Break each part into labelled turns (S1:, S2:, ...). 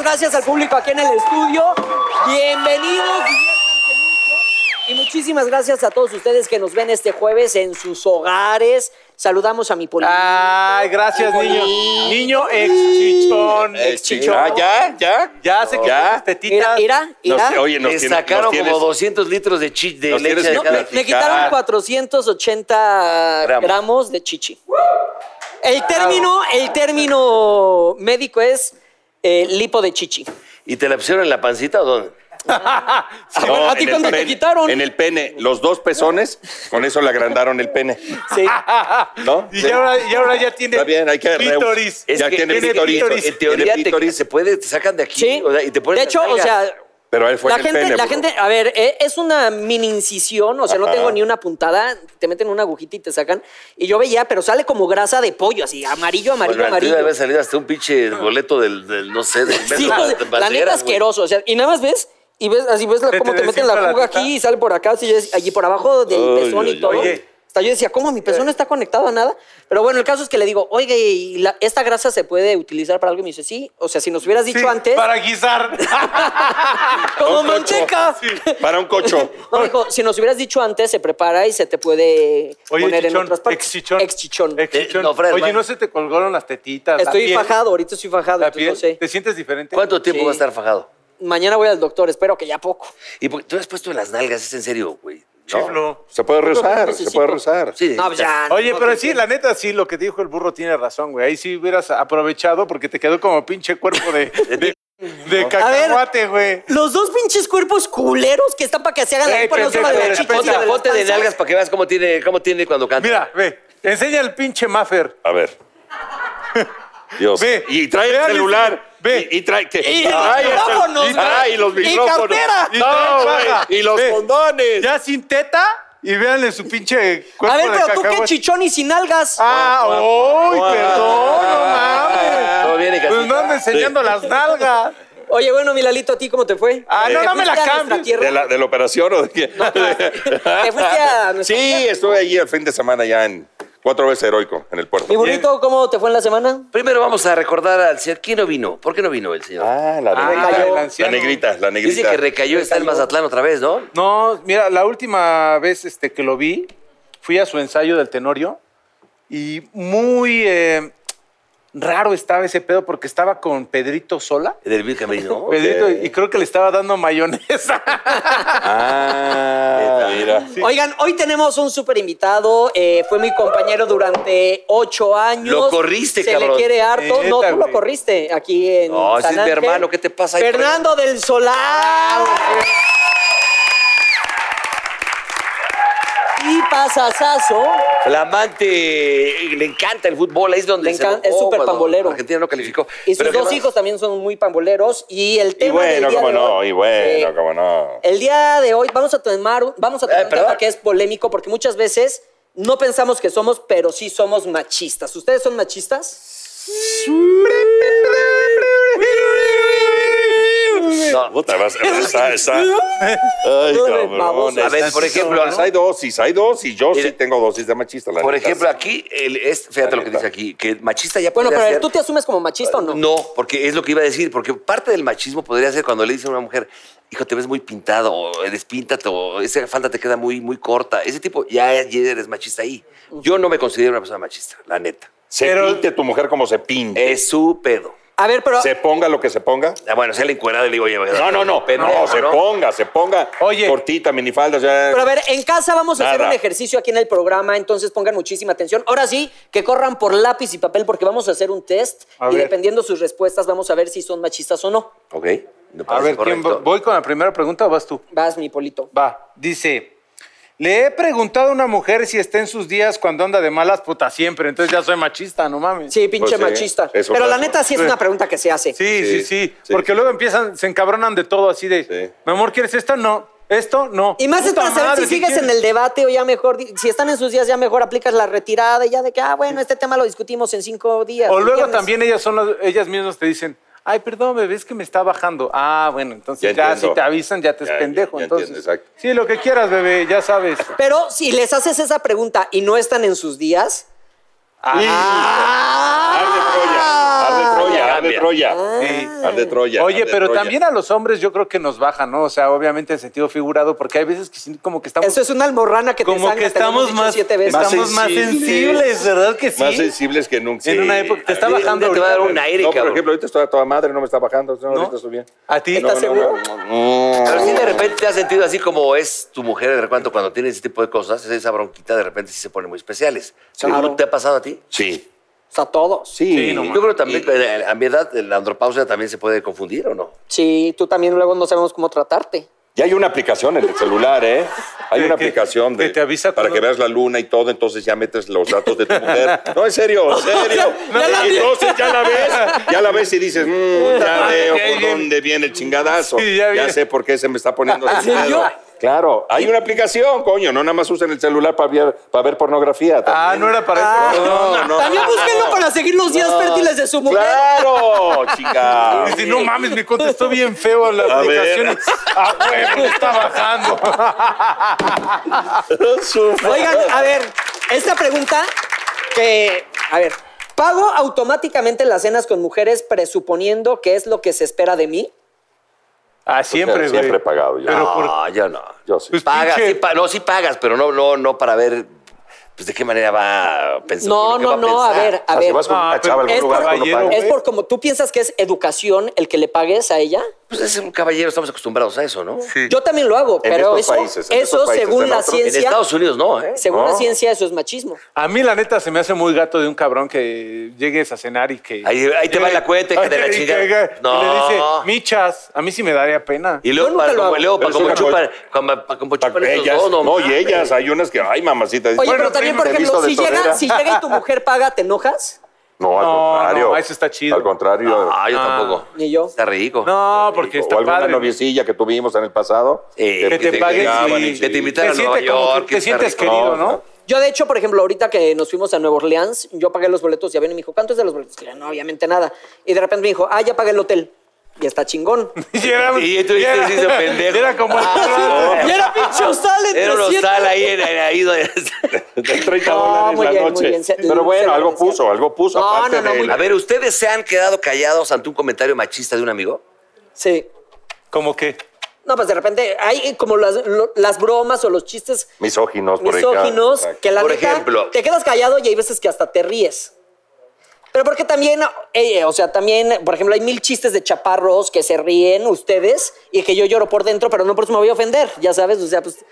S1: gracias al público aquí en el estudio. Bienvenidos, diviértanse mucho. Y muchísimas gracias a todos ustedes que nos ven este jueves en sus hogares. Saludamos a mi
S2: Ah,
S1: policía.
S3: Ay, gracias, niño. Niño ex chichón. Ex chichón.
S4: Ah, ya, ya.
S3: Eh, Ya sé que
S4: Ya.
S3: tienes tetitas.
S1: Mira, mira,
S4: Nos-
S1: mira.
S4: oye, nos
S2: Le
S4: tiene-
S2: sacaron
S4: nos tienes-
S2: como 200 litros de chich de
S4: Nos tienes
S2: leche.
S4: que
S2: de
S1: No,
S2: cada-
S1: me, me quitaron 480 gramos.
S2: Gramos. Ah,
S1: de chichi. El término, el término médico es eh, lipo de chichi.
S2: ¿Y te la pusieron en la pancita o dónde?
S1: bueno, ¿a ti
S4: en el
S1: cuándo te
S4: pene,
S1: quitaron?
S4: En el pene, los dos pezones, con eso le agrandaron el pene.
S1: Sí.
S4: ¿No?
S3: Y ya ahora, y ahora ya tiene
S4: Está bien, hay que.
S3: clítoris.
S4: Ya
S2: que
S4: tiene
S2: tiene
S4: clítoris.
S3: clítoris.
S2: En teoría
S4: Tiene
S2: te,
S4: clítoris.
S2: se puede, te sacan de aquí
S1: Sí.
S2: o sea, y te ponen
S1: de
S2: las
S1: hecho, o
S2: nalgas.
S1: sea,
S4: Pero él fue
S1: la
S4: en el
S1: gente,
S4: pene, pues,
S1: la
S4: bro.
S1: gente, a ver, eh, es una mini incisión, o sea, no
S4: Ajá.
S1: tengo ni una puntada, te meten una agujita y te sacan. Y yo veía, pero sale como grasa de pollo, así, amarillo,
S2: Bueno,
S1: amarillo,
S2: antes
S1: amarillo. Ah.
S2: debe haber salido hasta un pinche boleto del, del, no sé, del
S1: Sí, o
S2: metro de
S1: sea, la
S2: Banderas,
S1: neta
S2: güey.
S1: asqueroso. O sea, y nada más ves, y ves, así ves la-
S3: Se
S1: cómo
S3: te
S1: te meten la
S3: desinfla la
S1: juga
S3: teta.
S1: aquí y sale por acá, así, es- allí por abajo del
S4: Ay,
S1: pezón
S4: ay,
S1: y todo.
S3: ay.
S1: Hasta yo decía, ¿cómo?
S3: Eh.
S1: Mi pezón no está conectado a nada. Pero bueno, el caso es que le digo, oye, ¿y la- esta grasa se puede utilizar para algo? Y me dice, sí. O sea, si nos hubieras dicho
S3: Sí,
S1: antes,
S3: Para guisar.
S1: como
S4: un cocho.
S1: manteca.
S4: Para un cocho.
S1: No, me dijo, si nos hubieras dicho antes, se prepara y se te puede
S3: Oye,
S1: poner en
S3: chichón,
S1: otras partes.
S3: ex chichón.
S1: Ex chichón.
S3: Ex
S4: Eh,
S2: Te-
S3: chichón.
S2: no, Fred,
S3: Oye,
S2: man.
S3: ¿no se te colgaron las tetitas? la
S1: Estoy
S3: piel?
S1: fajado, ahorita estoy fajado,
S3: ¿La
S1: entonces
S3: piel?
S1: no sé.
S3: ¿Te sientes diferente?
S2: ¿Cuánto tiempo
S1: Sí.
S2: va a estar fajado?
S1: Mañana voy al doctor, espero que ya poco.
S2: Y por- tú has puesto en las nalgas, es en serio, güey.
S3: Chiflo.
S4: Se puede rezar, se
S1: necesito.
S4: puede rezar.
S2: Sí.
S1: No, pues ya.
S3: Oye,
S1: no,
S3: pero
S1: que-
S3: sí, la neta, sí, lo que dijo el burro tiene razón, güey. Ahí sí hubieras aprovechado porque te quedó como pinche cuerpo de, de, de cacahuate, güey.
S1: Los dos pinches cuerpos culeros que están para que se hagan
S3: Ey,
S1: ahí para no solo
S3: pendejo,
S1: de la
S3: respeta,
S1: chichita,
S2: Ponte,
S1: de las
S2: ponte de
S1: panzas.
S2: nalgas para que veas cómo tiene, cómo tiene cuando canta.
S3: Mira, ve, te enseña el pinche maffer.
S4: A ver. Dios.
S3: Ve.
S4: y trae el
S3: Vean
S4: celular.
S3: ese- ve.
S4: Y, y trae, que,
S1: Y
S4: y trae el
S1: micrófonos,
S4: cel- y trae
S1: güey.
S4: los
S1: Y
S4: micrófonos.
S1: cartera.
S3: Y
S4: No,
S3: trae
S4: güey,
S3: faja.
S4: Y los
S3: Ve.
S4: condones.
S3: Ya sin teta y véanle su pinche cuerpo
S1: A ver,
S3: de
S1: pero tú qué
S3: cacahuate.
S1: chichón y sin algas.
S3: Ah, uy, perdón, no mames.
S2: Todo bien, hijacita.
S3: Pues no anda enseñando las nalgas.
S1: Oye, bueno, Milalito, ¿a ti cómo te fue?
S3: Ah, no,
S1: ¿Te
S3: no me
S1: fuiste
S3: la
S1: a nuestra
S3: cambies.
S1: tierra?
S4: ¿De la, ¿De la operación o de qué?
S1: Te fuiste a nuestra
S4: Sí, estuve allí el fin de semana ya en cuatro veces heroico en el puerto.
S1: Mi bonito, ¿cómo te fue en la semana?
S2: Primero vamos a recordar al señor. ¿Quién no vino? ¿Por qué no vino el señor?
S4: Ah, la
S3: Ah,
S4: negrita.
S3: el
S4: la
S3: anciano.
S4: negrita, la negrita.
S2: Dice que recayó, está en Mazatlán otra vez, ¿no?
S3: No, mira, la última vez este, que lo vi, fui a su ensayo del Tenorio y muy eh, raro estaba ese pedo porque estaba con Pedrito sola.
S2: Del Bill Camerino.
S4: Pues-
S3: Pedrito, y creo que le estaba dando mayonesa.
S4: Ah, mira.
S1: Oigan, hoy tenemos un súper invitado. eh, fue mi compañero durante ocho años.
S2: Lo corriste,
S1: Se
S2: cabrón.
S1: le quiere harto. no,
S3: Neta,
S1: tú lo
S3: güey.
S1: corriste aquí en.
S2: No, ese
S1: San
S2: es mi
S1: Ángel.
S2: hermano, ¿qué te pasa ahí, Ah,
S1: Fernando del Solar. Y pasasazo.
S2: Flamante, le encanta el fútbol, ahí es donde
S1: Le
S2: se
S1: encanta, es
S2: enojó
S1: súper
S2: cuando
S1: pambolero.
S2: Argentina no calificó.
S1: Y sus
S2: Pero
S1: dos
S2: ¿qué
S1: hijos también son muy pamboleros. Y el
S4: Y
S1: tema. del
S4: bueno,
S1: día
S4: cómo
S1: de
S4: no,
S1: hoy- eh,
S4: y bueno,
S1: Sí.
S4: cómo no.
S1: El día de hoy vamos a tomar, vamos a tomar un
S2: ¿perdón?
S1: tema que es polémico porque muchas veces no pensamos que somos, pero sí somos machistas. ¿Ustedes son machistas?
S2: más? No.
S4: Puta, vas- está- está- Ay,
S1: No,
S4: cabrón,
S1: vamos.
S2: A ver, por ejemplo,
S4: Pues Hay dosis, hay dosis. Yo
S2: Mira.
S4: sí tengo dosis de machista. la
S2: por
S4: neta.
S2: ejemplo, aquí, el- es, fíjate lo que
S4: neta.
S2: dice aquí, que el machista ya
S1: Bueno,
S2: podría
S1: pero a ver,
S2: ser-
S1: ¿tú te asumes como machista o no?
S2: No, porque es lo que iba a decir, porque parte del machismo podría ser cuando le dicen a una mujer, hijo, te ves muy pintado, o despíntate, o esa falda te queda muy, muy corta. Ese tipo, ya, es- ya eres machista ahí. Yo no me considero una persona machista, la neta.
S4: se
S3: pero-
S4: pinte tu mujer como se pinte.
S2: Es su pedo.
S1: A ver, pero
S4: Se ponga lo que se ponga.
S2: Ah, Bueno, se le encuerado y le digo, oye,
S4: No, no, no.
S2: pendejo,
S4: no, se ponga, se ponga.
S3: Oye.
S4: Cortita, minifalda. Ya.
S1: Pero a ver, en casa vamos a hacer
S4: Nada.
S1: un ejercicio aquí en el programa, entonces pongan muchísima atención. Ahora sí, que corran por lápiz y papel porque vamos a hacer un test
S3: A
S1: y
S3: ver.
S1: dependiendo sus respuestas vamos a ver si son machistas o no.
S2: Ok, me
S3: A
S2: parece
S3: ver, ¿quién
S2: correcto.
S3: va- ¿voy con la primera pregunta o vas tú?
S1: Vas, mi polito.
S3: Va, dice. Le he preguntado a una mujer si está en sus días cuando anda de malas putas siempre, entonces ya soy machista, no mames.
S1: Sí, pinche
S4: Pues sí,
S1: machista.
S4: eso
S1: Pero la
S4: pasa.
S1: neta sí es una pregunta que se hace.
S3: Sí, sí,
S4: Sí,
S3: sí.
S4: sí,
S3: porque
S4: sí.
S3: luego empiezan, se encabronan de todo así de,
S4: Sí.
S3: mi amor, ¿quieres esto? No. Esto no.
S1: Y más es
S3: Puta
S1: para saber
S3: madre,
S1: si
S3: ¿qué
S1: sigues
S3: quieres?
S1: en el debate o ya mejor, di- si están en sus días ya mejor aplicas la retirada y ya de que, ah, bueno, este tema lo discutimos en cinco días.
S3: O
S1: el
S3: luego
S1: viernes.
S3: también ellas son las- ellas mismas te dicen, ay, perdón, bebé, es que me está bajando. Ah, bueno, entonces
S4: Ya
S3: ya,
S4: entiendo.
S3: si te avisan, ya te es
S4: Ya, ya,
S3: pendejo.
S4: ya
S3: entonces,
S4: entiendo, exacto.
S3: sí, lo que quieras, bebé, ya sabes.
S1: Pero si les haces esa pregunta y no están en sus días,
S3: Ah,
S4: Arde Troya, arde Troya, arde
S2: Cambia.
S4: Troya.
S3: Sí.
S4: Ar de Troya.
S3: Oye,
S4: Ar de
S3: pero
S4: Troya.
S3: también a los hombres yo creo que nos baja, ¿no? O sea, obviamente en sentido figurado, porque hay veces que sí, como que estamos...
S1: Eso es una almorrana que te
S3: como
S1: sangra,
S3: que
S1: te lo hemos
S3: estamos
S1: dicho
S3: más,
S1: siete veces.
S3: estamos
S4: Más
S3: más
S4: sensibles.
S3: sensibles, ¿verdad que sí?
S4: Más sensibles que nunca.
S3: En una época te está
S2: Un día
S3: bajando
S2: te va a dar
S3: ahorita,
S2: un aire,
S4: No, por
S2: cabrón.
S4: ejemplo, ahorita estoy a toda madre, no me está bajando. No,
S3: ¿no?
S4: ahorita estoy bien.
S3: A ti.
S1: ¿Estás seguro?
S2: Pero sí de repente te has sentido así como es tu mujer de repente cuando tiene ese tipo de cosas, esa bronquita de repente sí se pone muy especiales.
S1: Claro.
S2: ¿Te ha pasado a ti?
S4: Sí.
S1: O sea, todos. Sí.
S3: Sí, no
S2: yo
S3: mames.
S2: creo que también eh, a mi edad la andropausia también se puede confundir o no.
S1: tú también luego no sabemos cómo tratarte.
S4: Ya hay una aplicación en el celular, ¿eh? Hay
S3: Que-
S4: una
S3: que-
S4: aplicación de,
S3: que te avisa
S4: para
S3: cuando-
S4: que veas la luna y todo, entonces ya metes los datos de tu mujer. No, en serio, en serio.
S1: ya la vi.
S4: entonces ya la ves, ya la ves y dices, "Mm, ya
S3: madre,
S4: veo
S3: que ahí
S4: por
S3: viene".
S4: dónde viene el chingadazo.
S3: Sí, ya
S4: ya,
S3: viene.
S4: sé por qué se me está poniendo el
S1: serio?
S4: dedo. Claro, hay una aplicación, coño, no nada más usan el celular para ver, para ver pornografía.
S3: Ah,
S4: también.
S3: no era para eso.
S4: No, no.
S1: También búsquenlo para seguir los días fértiles de su mujer.
S4: Claro,
S1: Ah.
S4: chica.
S3: Dice, no mames, me contestó bien feo a la
S4: A
S3: aplicación.
S4: ver.
S3: Ah, huevo, me está bajando. Ah,
S1: Oigan, a ver, esta pregunta que, a ver, ¿pago automáticamente las cenas con mujeres presuponiendo que es lo que se espera de mí?
S3: Ah, siempre, güey.
S4: Siempre he pagado yo.
S3: Pero
S2: no,
S3: por-
S2: Ah, yo no.
S4: Yo sí.
S3: Pues,
S2: Pagas,
S3: pinche-
S2: sí pa- no, sí pagas, pero no, no, no para ver pues, de qué manera va a pensar.
S1: No,
S2: uno, qué
S1: no,
S2: va
S1: no, a
S2: pensar.
S1: ver, a
S4: Ah, si
S1: ver.
S4: vas con
S3: Ah,
S4: una
S3: pero
S4: chava a algún
S1: Es por,
S4: lugar, tú no
S3: caballero,
S4: pagas.
S1: es por como tú piensas que es educación el que le pagues a ella.
S2: Pues es un caballero, estamos acostumbrados a eso, ¿no?
S1: Yo también lo hago,
S4: En
S1: pero
S4: estos
S1: eso,
S4: países, en
S1: eso
S4: estos países,
S1: según
S4: en
S1: la
S4: otros- en
S2: En
S1: ciencia,
S2: Estados Unidos no, ¿eh?
S1: según la
S4: No.
S1: ciencia eso es machismo.
S3: A mí, la neta, se me hace muy gato de un cabrón que llegues a cenar y que.
S2: Ahí- ahí te va la cuenta, hija de la
S3: y
S2: chingada.
S3: que- y
S2: No.
S3: Le dice, michas, a mí sí me daría pena.
S2: Y
S1: Yo
S2: luego,
S1: nunca
S2: para,
S1: lo
S2: como,
S1: hago.
S2: luego, para
S4: Pero es
S2: como
S4: una
S2: chupan, como- para como chupan estos
S4: Ellas,
S2: dos, no,
S4: no, y
S2: mames.
S4: ellas, hay unas que, ay, mamacita.
S1: Oye,
S4: Bueno,
S1: pero también, por
S4: te he
S1: ejemplo,
S4: visto de
S1: si llega,
S4: torera.
S1: si llega y tu mujer paga, ¿te enojas?
S4: No, al
S3: No,
S4: contrario.
S3: no, eso está chido.
S4: Al contrario.
S2: Ah, yo
S3: Ah.
S2: tampoco.
S1: Ni yo.
S2: Está rico.
S3: No, porque
S4: o
S3: está
S4: alguna
S3: padre.
S4: noviecilla que tuvimos en el pasado.
S2: Eh,
S3: Que te paguen
S4: llegaban
S3: y-
S4: y-
S2: que te
S3: Te,
S2: invitaran a Nueva
S3: siente como
S2: York.
S3: que te
S2: está
S3: sientes
S2: rico.
S3: querido, ¿no?
S4: No,
S1: Yo, de hecho, por ejemplo, ahorita que nos fuimos a Nueva Orleans, yo pagué los boletos, ya ven y me dijo, ¿cuánto es de los boletos? Le dije, no, obviamente nada. Y de repente me dijo, ah, ya pagué el hotel. Y está chingón.
S3: Y era,
S2: Y tú
S3: y era-
S2: dices, "Hizo pendejo".
S3: y
S2: Ah,
S3: era como el
S1: y era pinche hostal entre
S2: Era un
S1: siete.
S2: hostal ahí, en- en- ahí donde-
S4: De 30
S1: No,
S4: dólares
S1: muy
S4: la
S1: bien, muy
S4: noche.
S1: bien, se-
S4: Pero bueno,
S1: se
S4: algo
S1: aprecia.
S4: puso, algo puso.
S1: No,
S4: aparte
S1: no, no,
S4: de
S1: muy
S4: la-
S2: A ver, ¿ustedes se han quedado callados ante un comentario machista de un amigo?
S1: Sí.
S3: Como que.
S1: No, pues de repente hay como las, lo- las bromas o los chistes
S4: misóginos, por ejemplo.
S1: misóginos
S4: Exacto.
S1: que la
S2: Por
S1: neta,
S2: ejemplo.
S1: te quedas callado y hay veces que hasta te ríes. Pero porque también, eh, o sea, también, por ejemplo, hay mil chistes de chaparros que se ríen ustedes y que yo lloro por dentro, pero no por eso me voy a ofender, ya sabes, o sea, pues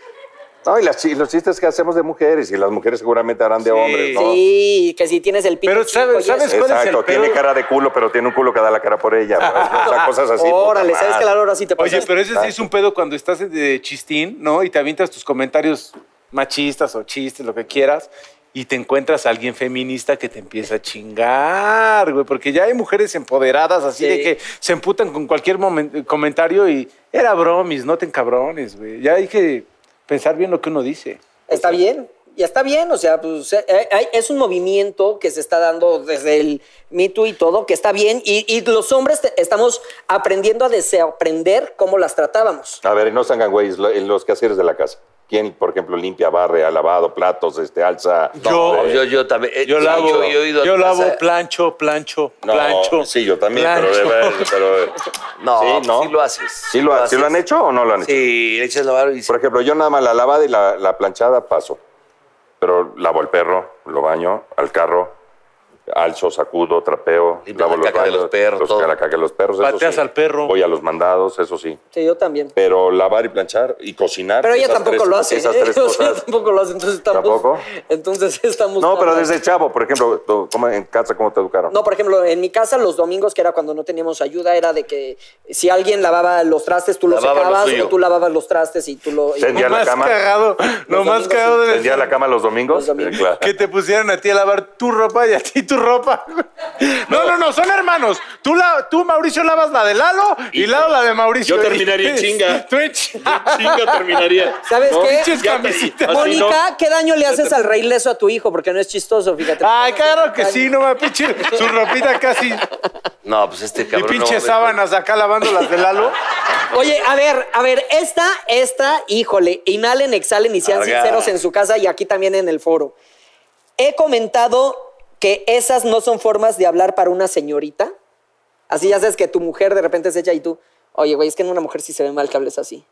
S4: No, y las chi- los chistes que hacemos de mujeres, y las mujeres seguramente harán de
S3: Sí.
S4: hombres, ¿no?
S1: Sí, que si tienes el pito
S3: Pero
S1: chico
S3: ¿sabes-
S1: y eso.
S3: sabes cuál es el
S4: Exacto, tiene
S3: pedo?
S4: cara de culo, pero tiene un culo que da la cara por ella. O sea, cosas así. puta
S1: Órale, sabes
S4: madre.
S1: que la hora sí te pasa.
S3: Oye, pero ese sí es un pedo cuando estás de chistín, ¿no? Y te avientas tus comentarios machistas o chistes, lo que quieras, y te encuentras a alguien feminista que te empieza a chingar, güey, porque ya hay mujeres empoderadas así
S1: Sí.
S3: de que se emputan con cualquier momen- comentario y era bromis, no te encabrones, güey. Ya hay que pensar bien lo que uno dice.
S1: Está bien. Y está bien, o sea, pues eh, eh, es un movimiento que se está dando desde el Me Too y todo, que está bien. Y, y los hombres te- estamos aprendiendo a desaprender cómo las tratábamos.
S4: A ver, y no se hagan güeyes, lo- los quehaceres de la casa. ¿Quién, por ejemplo, limpia, barre, ha lavado platos, este, alza?
S3: Yo.
S2: No,
S4: eh,
S2: yo, yo también. eh,
S3: Yo
S2: sí,
S3: lavo, yo,
S2: yo he ido a tu
S3: lavo
S2: casa.
S3: plancho, plancho,
S4: no,
S3: plancho.
S4: Sí, yo también, pero,
S3: plancho.
S4: eh, pero, eh,
S2: No,
S4: sí, no.
S2: sí lo haces.
S4: ¿Sí lo, ha- sí lo han hecho o no lo han hecho?
S2: Sí, le echas la mano y
S4: Por ejemplo, yo nada más la lavada y la, la planchada paso. Pero lavo el perro, lo baño, al carro, alzo, sacudo, trapeo,
S2: Limpia
S4: lavo
S2: la caca de los perros, todo.
S4: la caca de los perros, eso
S3: Pateas
S4: sí.
S3: al perro.
S4: Voy a los mandados, eso sí.
S1: Sí, yo también.
S4: Pero lavar y planchar y cocinar.
S1: Pero ella
S4: esas
S1: tampoco
S4: tres-
S1: lo hace.
S4: Esas
S1: ¿eh?
S4: tres
S1: O sea,
S4: cosas.
S1: tampoco lo hace, entonces estamos.
S4: ¿Tampoco?
S1: Entonces estamos.
S4: No, pero
S1: tan-
S4: desde chavo, por ejemplo, tú, ¿cómo en casa cómo te educaron?
S1: No, por ejemplo, en mi casa los domingos, que era cuando no teníamos ayuda, era de que si alguien lavaba los trastes, tú los
S2: Lavaba lo
S1: secabas
S2: suyo.
S1: o tú lavabas los trastes y tú lo... y-
S4: Tendía
S3: Lo
S4: la
S3: más
S4: cama.
S3: cagado, lo
S1: Los
S3: más
S1: domingos
S3: cagado debe
S4: ¿Tendía
S3: ser
S4: la cama los domingos?
S1: Los domingos.
S4: Sí, claro.
S3: que te pusieran a ti a lavar tu ropa y a ti tu ropa. No, no, no, son hermanos. Tú, la, tú Mauricio, lavas la de Lalo y Lalo la de Mauricio.
S5: Yo terminaría en chinga.
S3: Tú en chinga.
S5: Chinga terminaría.
S1: ¿Sabes
S5: No,
S1: qué?
S3: Pinches camisitas.
S5: Así no.
S1: Mónica, ¿qué daño le haces al rey leso a tu hijo? Porque no es chistoso, fíjate.
S3: Ay, claro que sí, no me pinche. Su ropita casi.
S2: No, pues este
S3: Y
S2: cabrón.
S3: pinche
S2: no,
S3: sábanas acá lavando las de Lalo.
S1: Oye, a ver, a ver, esta, esta, híjole, inhalen, exhalen y sean
S2: Arga.
S1: sinceros en su casa y aquí también en el foro. He comentado que esas no son formas de hablar para una señorita. Así ya sabes que tu mujer de repente es ella y tú, oye, güey, es que en una mujer sí se ve mal que hables así.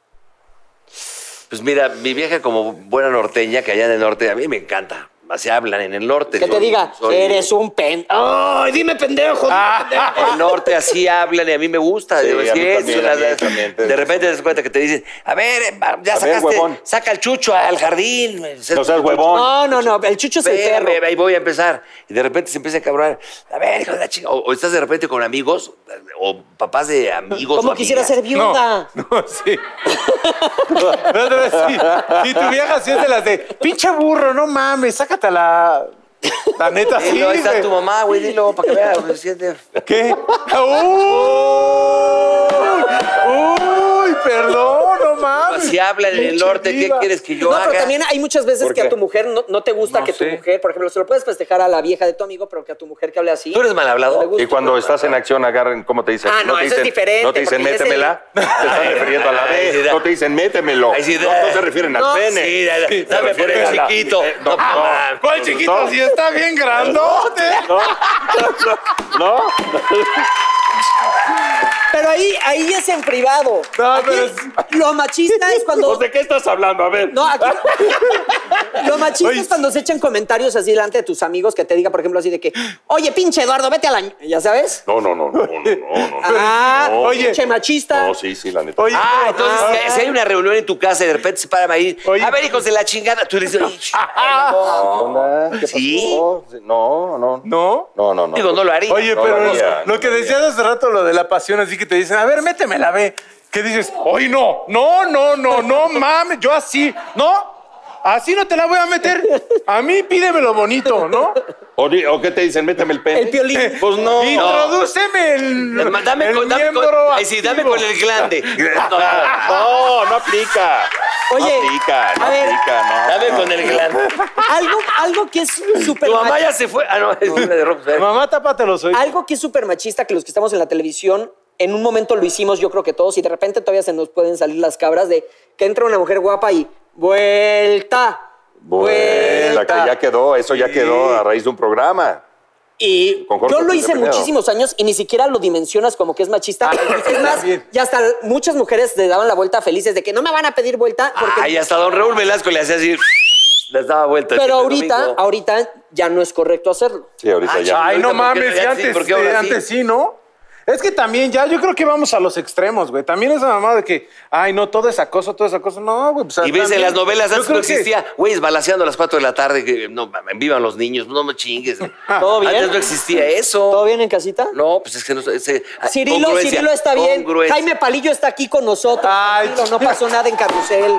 S2: Pues mira, mi vieja como buena norteña, que allá en el norte, a mí me encanta. Así hablan en el norte.
S1: Que te
S2: Son-
S1: diga,
S2: son-
S1: eres un pen. ¡Ay, dime pendejo!
S3: Ah.
S2: En el norte así hablan y a mí me gusta.
S4: Sí,
S2: Digo, es
S4: a mí
S2: que
S4: también,
S2: eso,
S4: a mí
S2: las-
S4: también.
S2: de repente te das cuenta que te dicen, a ver, eh, va, ya
S4: A ver,
S2: sacaste,
S4: huevón.
S2: saca el chucho al jardín.
S4: No seas huevón.
S1: No, no, no, el chucho es el
S2: Espérame,
S1: perro.
S2: ahí voy a empezar. Y de repente se empieza a cabrar. A ver, hijo de la chica. O, o estás de repente con amigos, eh, o papás de amigos.
S1: Como
S2: o
S1: quisiera
S2: amigas.
S1: ser viuda.
S3: No, no, sí. No, no, sí. Si tu vieja sí es de las de, pinche burro, no mames, sácate la... La neta, sí,
S2: Dilo, ahí está
S3: güey.
S2: tu mamá, güey, dilo, para que vea. pues, siente.
S3: ¿Qué? ¡Uy! ¡Uy! Perdón, no mames.
S2: Si hablan en el
S3: Pinche
S2: norte, ¿qué
S3: diva.
S2: quieres que yo
S1: no,
S2: haga?
S1: pero también hay muchas veces
S4: ¿Por
S1: que a
S4: qué?
S1: tu mujer no, no te gusta
S3: No
S1: que tu
S3: sé.
S1: mujer, por ejemplo, se lo puedes festejar a la vieja de tu amigo, pero que a tu mujer que hable así.
S2: ¿Tú eres mal hablado?
S1: no le gusta.
S4: Y cuando estás en acción, agarren, ¿cómo te dicen?
S1: Ah, no,
S4: te
S1: eso es diferente,
S4: No te dicen,
S1: porque ese-
S4: métemela. Te están refiriendo a la
S2: Ay, sí,
S4: vez.
S2: da-
S4: No te dicen, métemelo.
S2: Ay, sí,
S4: no,
S2: da-
S4: no se refieren al
S1: No,
S4: pene.
S2: Sí, dale,
S3: Sí,
S2: dame
S4: se
S2: por
S4: refiere
S2: el
S4: a la-
S2: chiquito.
S4: eh, no, no.
S2: no, mames.
S3: ¿Cuál chiquito?
S4: No.
S3: Si está bien grandote.
S4: ¿No?
S1: Pero ahí, ahí es en privado.
S3: No,
S1: Aquí
S3: pero es-
S1: Lo machista es cuando.
S4: Pues, ¿De qué estás hablando? A ver.
S1: No, aquí. Lo machista
S3: Oye.
S1: es cuando se echan comentarios así delante de tus amigos que te diga, por ejemplo, así de que, oye, pinche Eduardo, vete a la. ñ-". ¿Ya sabes?
S4: No, no, no, no, no, no, no.
S1: Ah,
S4: no,
S3: oye.
S1: pinche machista.
S4: No, sí, sí, la neta.
S3: Oye,
S2: Ah, entonces
S3: ah,
S2: si- si hay una reunión en tu casa y de repente se paran ahí.
S3: Oye.
S2: A ver, hijos de la chingada. Tú le dices, "Ay, ch-
S3: ah.
S4: Hola, ¿qué
S2: ¿Sí?
S4: pasó? No, no.
S3: ¿No?
S4: No, no, no.
S2: digo, no lo haría.
S3: Oye,
S4: No,
S3: pero lo,
S4: no, no,
S3: lo que decías hace rato, lo de la pasión, así que te dicen, a ver, méteme la B. ¿Qué dices? Oye, no, no, no, no, no mames, yo así, ¿no? Así no te la voy a meter. A mí pídemelo bonito, ¿no?
S4: O, di- o qué te dicen, méteme el pene.
S1: El piolín.
S4: Pues no.
S3: Introdúceme el,
S2: Eh, Ma- Dame
S3: el
S2: Pues con, dame con,
S3: miembro
S2: ay, sí, dame
S3: activo.
S2: con el glande. No,
S4: No, no aplica.
S1: Oye,
S4: No aplica, no
S1: a ver.
S4: aplica, no.
S2: dame con el glande.
S1: Algo, algo que es súper.
S2: Tu mamá
S1: machi-
S2: ya se fue. Ah, no, es una de rock.
S3: Mamá, tápate los oídos.
S1: Algo que es súper machista, que los que estamos en la televisión, en un momento lo hicimos, yo creo que todos, y de repente todavía se nos pueden salir las cabras de que entra una mujer guapa y vuelta,
S4: Bueno, la que ya quedó, eso ya quedó a raíz de un programa.
S1: Y
S4: Con Jorge
S1: yo lo
S4: Ortiz
S1: hice
S4: de Pinedo.
S1: muchísimos años y ni siquiera lo dimensionas como que es machista. es más, ya hasta muchas mujeres le daban la vuelta felices de que no me van a pedir vuelta porque...
S2: Ahí hasta don Raúl Velasco le hacía así. Le daba vuelta.
S1: pero
S2: Chico
S1: ahorita,
S2: Domingo.
S1: ahorita ya no es correcto hacerlo.
S4: Sí, ahorita
S2: Ah,
S4: ya.
S3: Ay,
S2: ahorita
S3: no
S2: porque
S3: mames,
S2: ya
S3: ya
S2: sí,
S3: antes,
S2: porque
S3: eh,
S2: ahora sí.
S3: antes sí, ¿no? Es que también ya, yo creo que vamos a los extremos, güey. También esa mamada de que, ay, no, todo es acoso, todo es acoso. No, güey. pues,
S2: Y ves en
S3: también-
S2: las novelas,
S3: yo
S2: antes no
S3: creo que-
S2: existía, güeyes balaseando a las 4 de la tarde, que no, mames, vivan los niños, no me chingues.
S1: ¿Todo bien?
S2: Antes no existía eso.
S1: ¿Todo bien en casita?
S2: No, pues es que no ese- ah,
S1: Cirilo,
S2: congruencia,
S1: Cirilo está bien.
S2: congruencia.
S1: Jaime Palillo está aquí con nosotros.
S3: Ay,
S1: Cirilo, no pasó nada en carrusel.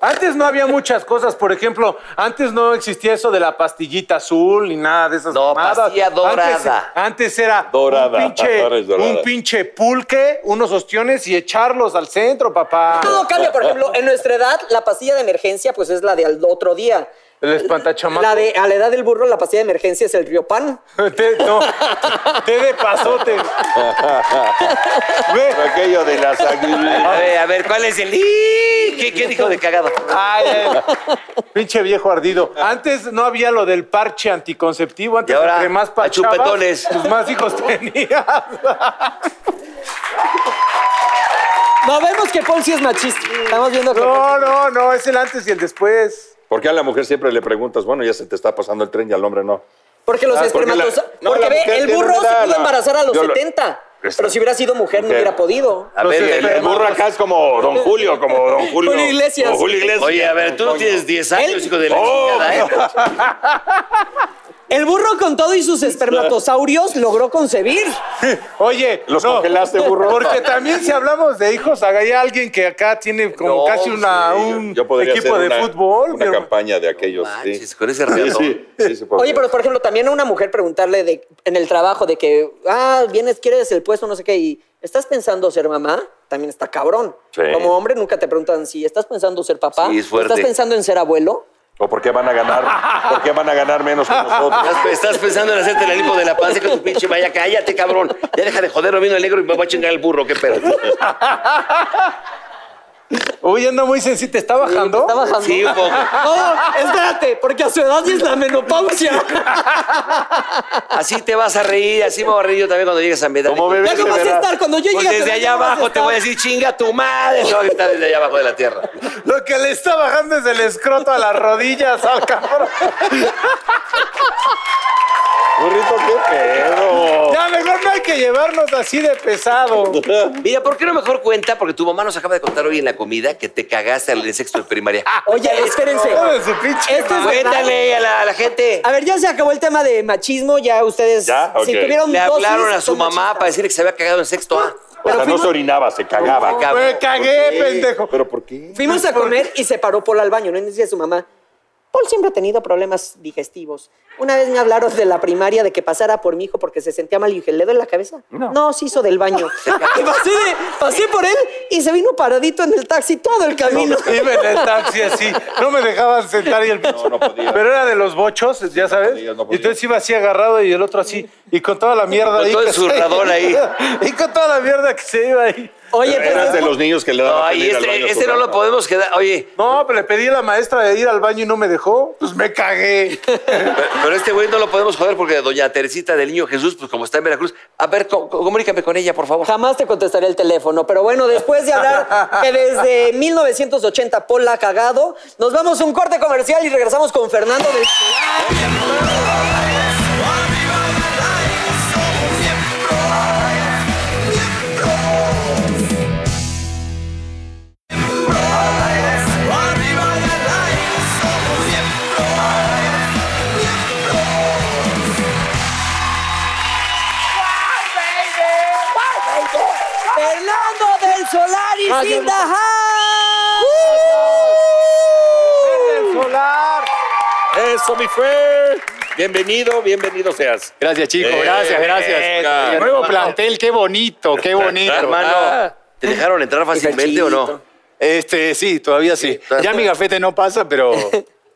S3: Antes no había muchas cosas, por ejemplo, antes no existía eso de la pastillita azul ni nada de esas
S2: No,
S3: mamadas.
S2: pastilla dorada.
S3: Antes, antes era
S4: Dorada,
S3: un pinche,
S4: ahora es dorada.
S3: un pinche pulque, unos ostiones y echarlos al centro, papá.
S1: Todo cambia, por ejemplo, en nuestra edad, la pastilla de emergencia, pues es la del otro día.
S3: El espantachamaco.
S1: La de a la edad del burro, la pastilla de emergencia es el río pan.
S3: Té, no, té de pasote. Ve.
S4: Aquello de las
S2: A
S4: águilas.
S2: ver, a ver, ¿cuál es el? ¡Ih! ¿Qué, qué dijo de cagado?
S3: Ay, ay, pinche viejo ardido. Antes no había lo del parche anticonceptivo. Antes,
S2: Y ahora,
S3: entre más
S2: a
S3: pachabas,
S2: chupetones.
S3: Tus más hijos tenías.
S1: No, vemos que Paul sí es machista. Estamos viendo que
S3: No, no, no, es el antes y el después.
S4: Porque a la mujer siempre le preguntas, bueno, ya se te está pasando el tren y al hombre no.
S1: Porque los
S4: Ah, porque la-
S1: espermatozoides. Porque,
S4: no, la
S1: ve,
S4: mujer
S1: el
S4: tiene
S1: burro
S4: una
S1: se
S4: edad,
S1: pudo
S4: no.
S1: embarazar a los
S4: Yo lo-
S1: 70.
S4: Está.
S1: Pero si hubiera sido mujer, no
S4: Mujer.
S1: hubiera podido.
S2: A
S3: Los
S2: ver, el-
S4: El burro acá es como Don Julio, como Don Julio.
S1: Julio Iglesias.
S4: Como Julio Iglesias.
S2: Oye, a ver, tú no tienes 10 años,
S1: Él-
S2: hijo de la
S4: Oh.
S2: chingada, ¿eh?
S1: El burro con todo y sus espermatosaurios logró concebir.
S3: Oye,
S4: Los congelaste, burro.
S3: Porque también si hablamos de hijos, acá hay alguien que acá tiene como
S2: No,
S3: casi una,
S4: Sí, yo-
S3: un
S4: yo podría
S3: equipo
S4: hacer
S3: de
S4: una-
S3: fútbol.
S4: Una
S3: pero-
S4: campaña de aquellos.
S2: Manches,
S4: sí.
S2: con ese
S4: Sí,
S2: rato.
S4: sí, sí, sí, porque-
S1: Oye, pero por ejemplo, también a una mujer preguntarle de, en el trabajo de que, ah, vienes, quieres el puesto, no sé qué, y ¿estás pensando ser mamá? También está cabrón.
S4: Sí.
S1: Como hombre nunca te preguntan si estás pensando ser papá,
S2: Sí, es fuerte.
S1: estás pensando en ser abuelo.
S4: ¿O por qué van a ganar? ¿Por qué van a ganar menos que nosotros?
S2: Estás- Estás pensando en hacerte la lipo de la panza con tu pinche vaya, cállate, cabrón. Ya deja de joder, no vino el negro y me voy a chingar el burro, qué pedo.
S3: Uy, anda muy sencillo. ¿Te está bajando?
S1: ¿Está bajando?
S2: Sí, un poco.
S1: No, espérate, porque a su edad ya es la menopausia.
S2: Así te vas a reír, así me voy a reír yo también cuando llegues a mi edad.
S3: Como bebé
S1: Ya no
S3: de
S1: vas a
S3: verdad.
S1: estar cuando yo llegue.
S2: Pues
S1: a tu
S2: desde
S1: edad,
S2: allá
S1: ya no vas a
S2: abajo te
S1: estar.
S2: voy a decir, chinga tu madre. No, está desde allá abajo de la tierra.
S3: Lo que le está bajando es el escroto a las rodillas al cabrón.
S4: Burrito, qué pedo.
S3: Ya, mejor no hay que llevarnos así de pesado.
S2: Mira, ¿por qué no mejor cuenta? Porque tu mamá nos acaba de contar hoy en la comida que te cagaste al en sexto de primaria. Ah,
S1: Oye, espérense.
S3: Hijo de su pinche
S2: Este
S1: Esto es verdad. Ah,
S2: Cuéntale a la, a la gente.
S1: A ver, ya se acabó el tema de machismo. Ya ustedes,
S4: Ya,
S1: si
S4: ok.
S1: tuvieron
S2: Le
S1: dosis,
S2: hablaron a su
S1: son
S2: mamá
S1: machistas.
S2: para decirle que se había cagado en sexto A.
S4: O sea, no se orinaba, se cagaba.
S2: Acá.
S3: Me cagué, pendejo.
S4: ¿Pero por qué?
S1: Fuimos a comer y se paró Paul al baño. No decía su mamá. Paul siempre ha tenido problemas digestivos. Una vez me hablaron de la primaria de que pasara por mi hijo porque se sentía mal y dije, ¿le doy la cabeza? No, se hizo del baño. Y pasé, de- pasé por él y se vino paradito en el taxi todo el camino.
S3: Iba en el taxi así. No me dejaban sentar y el pinche.
S4: No, no podía.
S3: Pero era de los bochos, ya sabes.
S4: podía, no
S3: Y
S4: podía.
S3: entonces iba así agarrado y el otro así. Y con toda la mierda
S2: Con
S3: ahí.
S2: todo el
S3: que se-
S2: zurrador ahí.
S3: Y con toda la mierda que se iba ahí.
S1: Oye, pero-
S4: Eras de los niños que le daban
S2: Ay,
S4: pedir al baño
S2: este,
S4: a su
S2: este no
S4: mamá.
S2: lo podemos quedar. Oye,
S3: No, pero le pedí a la maestra de ir al baño y no me dejó. Pues me cagué.
S2: pero pero este güey no lo podemos joder porque doña Teresita del Niño Jesús, pues como está en Veracruz. A ver, co- co- comunícame con ella, por favor.
S1: Jamás te contestaré el teléfono, pero bueno, después de hablar que desde 1980 Paul la ha cagado, nos vamos a un corte comercial y regresamos con Fernando del Fernando del Solar y Cinta
S3: El solar.
S5: Eso, mi fe. Bienvenido, bienvenido seas.
S6: Gracias, chico.
S5: Eh,
S6: Gracias, gracias.
S5: venga.
S6: Nuevo plantel, qué bonito, qué bonito.
S2: Hermano, ¿te dejaron entrar fácilmente o no?
S6: Este, sí, todavía sí. Ya mi gafete no pasa, pero,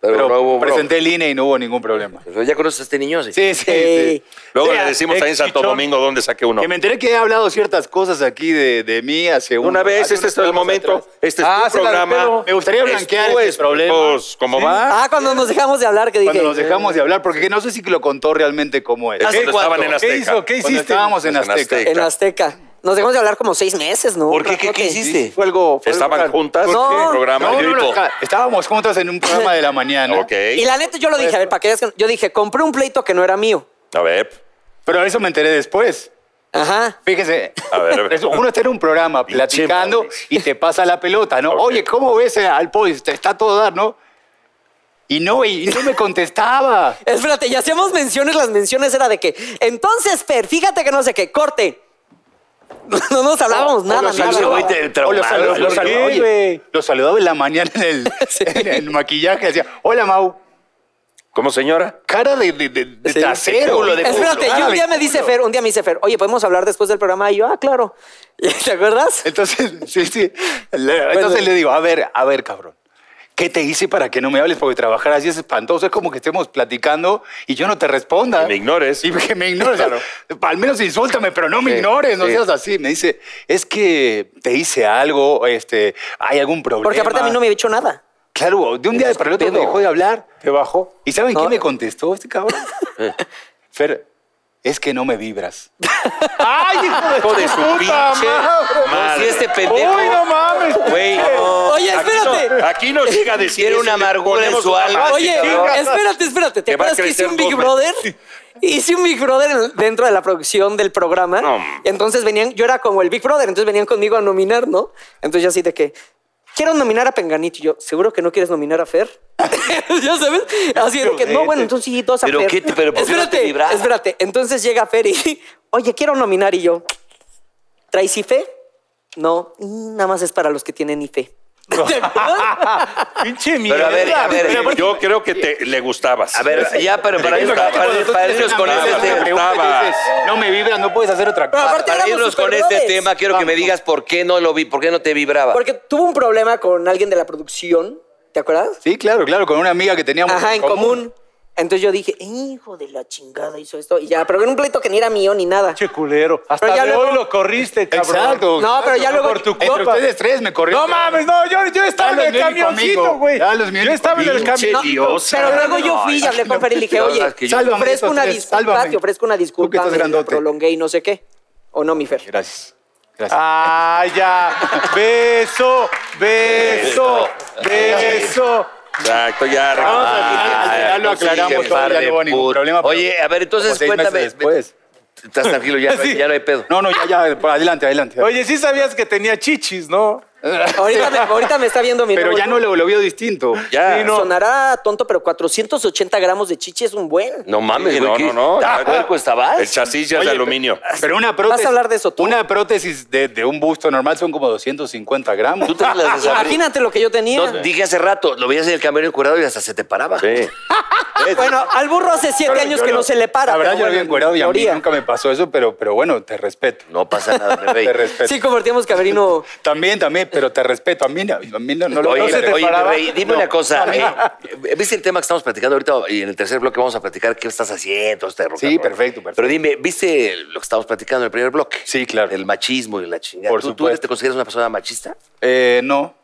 S6: pero,
S2: no hubo bronca.
S6: presenté el INE y no hubo ningún problema.
S2: Pero ya conoces a este niño, sí.
S6: Sí, sí,
S1: Sí.
S3: Eh,
S6: sí.
S4: Luego
S6: Sí,
S4: le decimos ahí en
S6: ex
S4: Santo
S6: chichón.
S4: Domingo dónde saqué uno.
S6: Que me enteré que he hablado ciertas cosas aquí de, de mí hace un-
S4: Una vez,
S6: hace
S4: este es
S6: unos
S4: el
S6: programas
S4: momento.
S6: atrás.
S4: Este es
S3: Ah,
S4: tu
S3: se la
S4: programa.
S3: repelo.
S6: Me gustaría blanquear
S4: Tú,
S6: este
S4: es-
S6: problema.
S4: pues, ¿Cómo va?
S1: Ah, cuando nos dejamos de hablar, que dije.
S6: Cuando nos dejamos de hablar, porque no sé si lo contó realmente cómo
S1: Ah,
S6: es.
S4: Cuando estaban en
S3: ¿Qué
S4: Azteca.
S3: hizo? ¿Qué
S6: Cuando
S3: hiciste?
S6: estábamos en
S4: En Azteca.
S6: Azteca.
S1: En Azteca. Nos dejamos de hablar como seis meses, ¿no?
S2: ¿Por qué? ¿Qué- qué
S1: Ratote.
S2: hiciste?
S6: Sí, Fue algo. fue algo
S4: ¿Estaban
S6: raro.
S4: juntas
S1: No.
S4: en el programa?
S6: No, no,
S4: Yo
S6: no,
S4: y tú.
S6: acá- estábamos juntas en un programa de la mañana.
S4: Ok.
S1: Y la neta, yo lo dije, a ver, para que veas que- Yo dije, compré un pleito que no era mío.
S4: A ver,
S6: Pero eso me enteré después.
S1: Ajá.
S6: Fíjese.
S4: a ver. a ver.
S6: Eso, uno está en un programa
S4: Pinche
S6: platicando
S4: Mauricio.
S6: y te pasa la pelota, ¿no?
S4: Ok.
S6: Oye, ¿cómo ves eh, al Pois? Te Está a todo dar, ¿no? Y no, y no me contestaba.
S1: Espérate, ya hacíamos menciones, las menciones era de que. Entonces, Fer, fíjate que no sé qué, corte. No nos hablábamos nada,
S2: sí,
S1: nada.
S2: sí, güey, te-
S6: O lo,
S2: traumado,
S6: salu-
S2: ¿por
S6: lo
S2: qué,
S6: salu- oye,
S3: güey?
S6: lo saludaba en la mañana en el, en el maquillaje. Decía, hola, Mau.
S4: ¿Cómo, señora?
S6: Cara de, de, de- de
S1: Sí.
S6: trasero.
S2: culo, de
S1: Espérate,
S6: cara
S1: yo un
S6: de
S1: día me dice
S6: culo.
S1: Fer, un día me dice Fer, oye, ¿podemos hablar después del programa? Y yo, ah, claro. ¿Te acuerdas?
S6: Entonces, sí, sí. Le- entonces le digo, a ver, a ver, cabrón. ¿Qué te hice para que no me hables? Porque trabajar así es espantoso. Es como que estemos platicando y yo no te responda.
S4: Que me ignores.
S6: Y que me ignores. O sea, al menos insúltame, pero no me
S2: Sí,
S6: ignores. No
S2: sí.
S6: seas así. Me dice, es que te hice algo, este, hay algún problema.
S1: Porque aparte a mí no me había hecho nada.
S6: Claro, de un día para el otro me dejó de hablar.
S3: Te bajó.
S6: ¿Y saben
S1: No. Eh.
S6: qué me contestó este cabrón? Fer, es que no me vibras.
S3: ¡Ay, hijo de, su puta
S2: pinche
S3: madre!
S2: Si este pendejo,
S3: ¡Uy, no mames!
S2: güey,
S1: Oye, espérate.
S4: Aquí nos llega a decir.
S2: tiene
S4: eso,
S2: una
S4: le
S2: amargura en
S4: ponemos
S2: su
S4: una
S2: alma.
S4: madre.
S1: Oye, eh, espérate, espérate. ¿Te
S4: Que va a
S1: acuerdas que hice
S4: crecer
S1: un Big
S4: dos
S1: Brother? Hice un Big Brother en- dentro de la producción del programa.
S4: No.
S1: Entonces venían, yo era como el Big Brother, entonces venían conmigo a nominar, ¿no? Entonces yo así de que, quiero nominar a Penganito. Y yo, ¿seguro que no quieres nominar a Fer? ya sabes, así de que, no, bueno, entonces sí, dos a
S2: Pero
S1: Fer.
S2: qué te- pero ¿por qué no te
S1: espérate,
S2: vibraba?
S1: espérate. Entonces llega Fer y, oye, quiero nominar. Y yo, ¿traes IFE? No, y nada más es para los que tienen IFE. ¿Te acuerdas?
S3: Pinche mierda.
S2: Pero a ver, a ver,
S4: Yo creo que te, le gustabas.
S2: a ver, ya, pero para,
S4: Eso
S2: irnos- para,
S4: que cuando
S2: para,
S4: tú tienes
S2: irnos con
S4: una
S2: este
S4: pregunta,
S2: tema.
S4: pregunta,
S6: Dices, no me vibras, no puedes hacer otra
S1: Pero
S6: cosa.
S1: aparte
S2: Para
S1: éramos
S2: irnos con este
S1: superbrothers.
S2: tema, quiero que me digas por qué no lo vi, por qué no te vibraba.
S1: Porque tuvo un problema con alguien de la producción, ¿te acuerdas?
S6: Sí, claro, claro, con una amiga que teníamos
S1: Ajá, en común. Entonces yo dije, hijo de la chingada hizo esto. Y ya, pero era un pleito que ni era mío ni nada.
S3: Che culero. Hasta
S1: Pero ya
S3: de
S1: luego-
S3: hoy lo corriste, cabrón.
S6: Exacto.
S1: No, pero ya luego-
S3: Por tu
S6: Entre
S3: culpa.
S6: ustedes tres me corrieron.
S3: No mames, no, yo, yo estaba
S6: Ya los
S3: en el
S6: vi en mi
S3: camioncito,
S6: conmigo.
S3: güey.
S6: Ya los vi en
S3: Yo
S6: mi
S3: estaba en el
S6: conmigo.
S3: camioncito.
S1: Pero luego yo fui y hablé con Fer y le dije,
S2: no,
S1: oye,
S2: es que yo-
S1: te
S6: Sálvame,
S1: ofrezco
S6: esos
S1: una
S6: tres,
S1: disculpa,
S6: sálvame.
S1: te ofrezco una
S6: Tú que
S1: disculpa,
S6: estás
S1: me la
S6: grandote.
S1: prolongué y no sé qué. ¿O no, mi Fer?
S6: Gracias. Gracias.
S3: Ah, ya. Beso, beso, beso.
S2: Exacto, ya.
S6: Vamos al
S2: recordamos.
S6: final, al final lo
S2: pues sí,
S6: aclaramos
S2: qué
S6: todo, ya
S2: par de
S6: no hubo ningún
S2: put-
S6: problema, pero
S2: Oye, a ver, entonces
S6: Como seis meses
S2: cuéntame.
S6: después.
S2: Estás tranquilo, ya, no hay-
S3: Sí.
S2: ya no hay pedo.
S6: No, no, ya, ya, por adelante, adelante.
S3: Oye, sí sabías que tenía chichis, ¿no?
S1: Ahorita me, ahorita me está viendo mi
S6: pero
S1: nuevo
S6: ya no lo, lo veo distinto.
S2: Ya.
S3: Sí, no.
S1: Sonará tonto, pero 480 gramos de chichi es un buen.
S2: No mames,
S4: Sí,
S2: güey.
S4: no,
S2: ¿qué-
S4: no, no, ya-
S2: ¿Tan puerco estabas?
S4: El chasis ya es de
S6: Oye,
S4: aluminio.
S6: Pero una prótesis.
S1: a hablar de eso tú.
S6: Una prótesis de, de un busto normal son como 250 gramos.
S2: Tú te las desabrí-
S1: Imagínate lo que yo tenía.
S2: No, dije hace rato, lo veías en el camión curado y hasta se te paraba.
S4: Sí.
S1: Ah, bueno, al burro hace siete
S6: Yo
S1: años
S6: lo-
S1: que
S6: yo
S1: no
S6: lo-
S1: se le para.
S6: La
S1: pero
S6: verdad, yo lo
S1: bueno,
S6: había encuerado y a mí
S1: teoría.
S6: nunca me pasó eso, pero, pero bueno, te respeto.
S2: No pasa nada, mi rey.
S6: Te respeto.
S1: Sí, convertimos camerino.
S6: También, también, pero te respeto. A mí, no- a mí no, no lo
S2: Oye,
S6: no se te
S2: oye, mi
S6: paraba.
S2: rey, dime
S6: No.
S2: una cosa. eh, ¿Viste el tema que estamos platicando ahorita? Y en el tercer bloque vamos a platicar qué estás haciendo, este rock
S6: Sí,
S2: and roll.
S6: perfecto, perfecto.
S2: Pero dime, ¿viste lo que estamos platicando en el primer bloque?
S6: Sí, claro.
S2: El machismo y la chingada.
S6: Por
S2: ¿Tú, tú
S6: supuesto.
S2: te consideras una persona machista?
S6: Eh, no,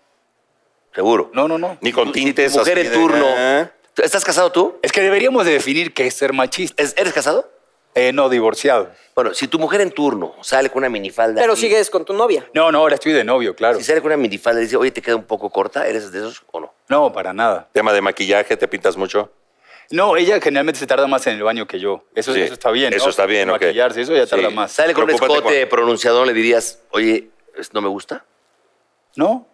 S2: Seguro.
S6: no, no, no.
S4: Ni con tintes.
S2: Mujer
S4: así
S2: en
S4: de-
S2: turno.
S4: ¿Eh?
S2: ¿Estás casado tú?
S6: Es que deberíamos de definir qué es ser machista.
S2: ¿Es- ¿Eres casado?
S6: Eh, no, divorciado.
S2: Bueno, si tu mujer en turno sale con una minifalda.
S1: Pero
S2: y-
S1: sigues con tu novia.
S6: No, no, ahora estoy de novio, claro.
S2: Si sale con una minifalda y dice, oye, te queda un poco corta, ¿eres de esos o no?
S6: No, para nada.
S4: Tema de maquillaje, te pintas mucho.
S6: No, ella generalmente se tarda más en el baño que yo. Eso,
S4: Sí,
S6: eso está bien. ¿no?
S4: eso está bien, ok.
S6: Maquillarse, eso ya
S4: Sí.
S6: tarda más.
S2: Sale con un
S4: Preocúpate
S2: escote pronunciado, le dirías, oye, ¿es- ¿no me gusta?
S6: No,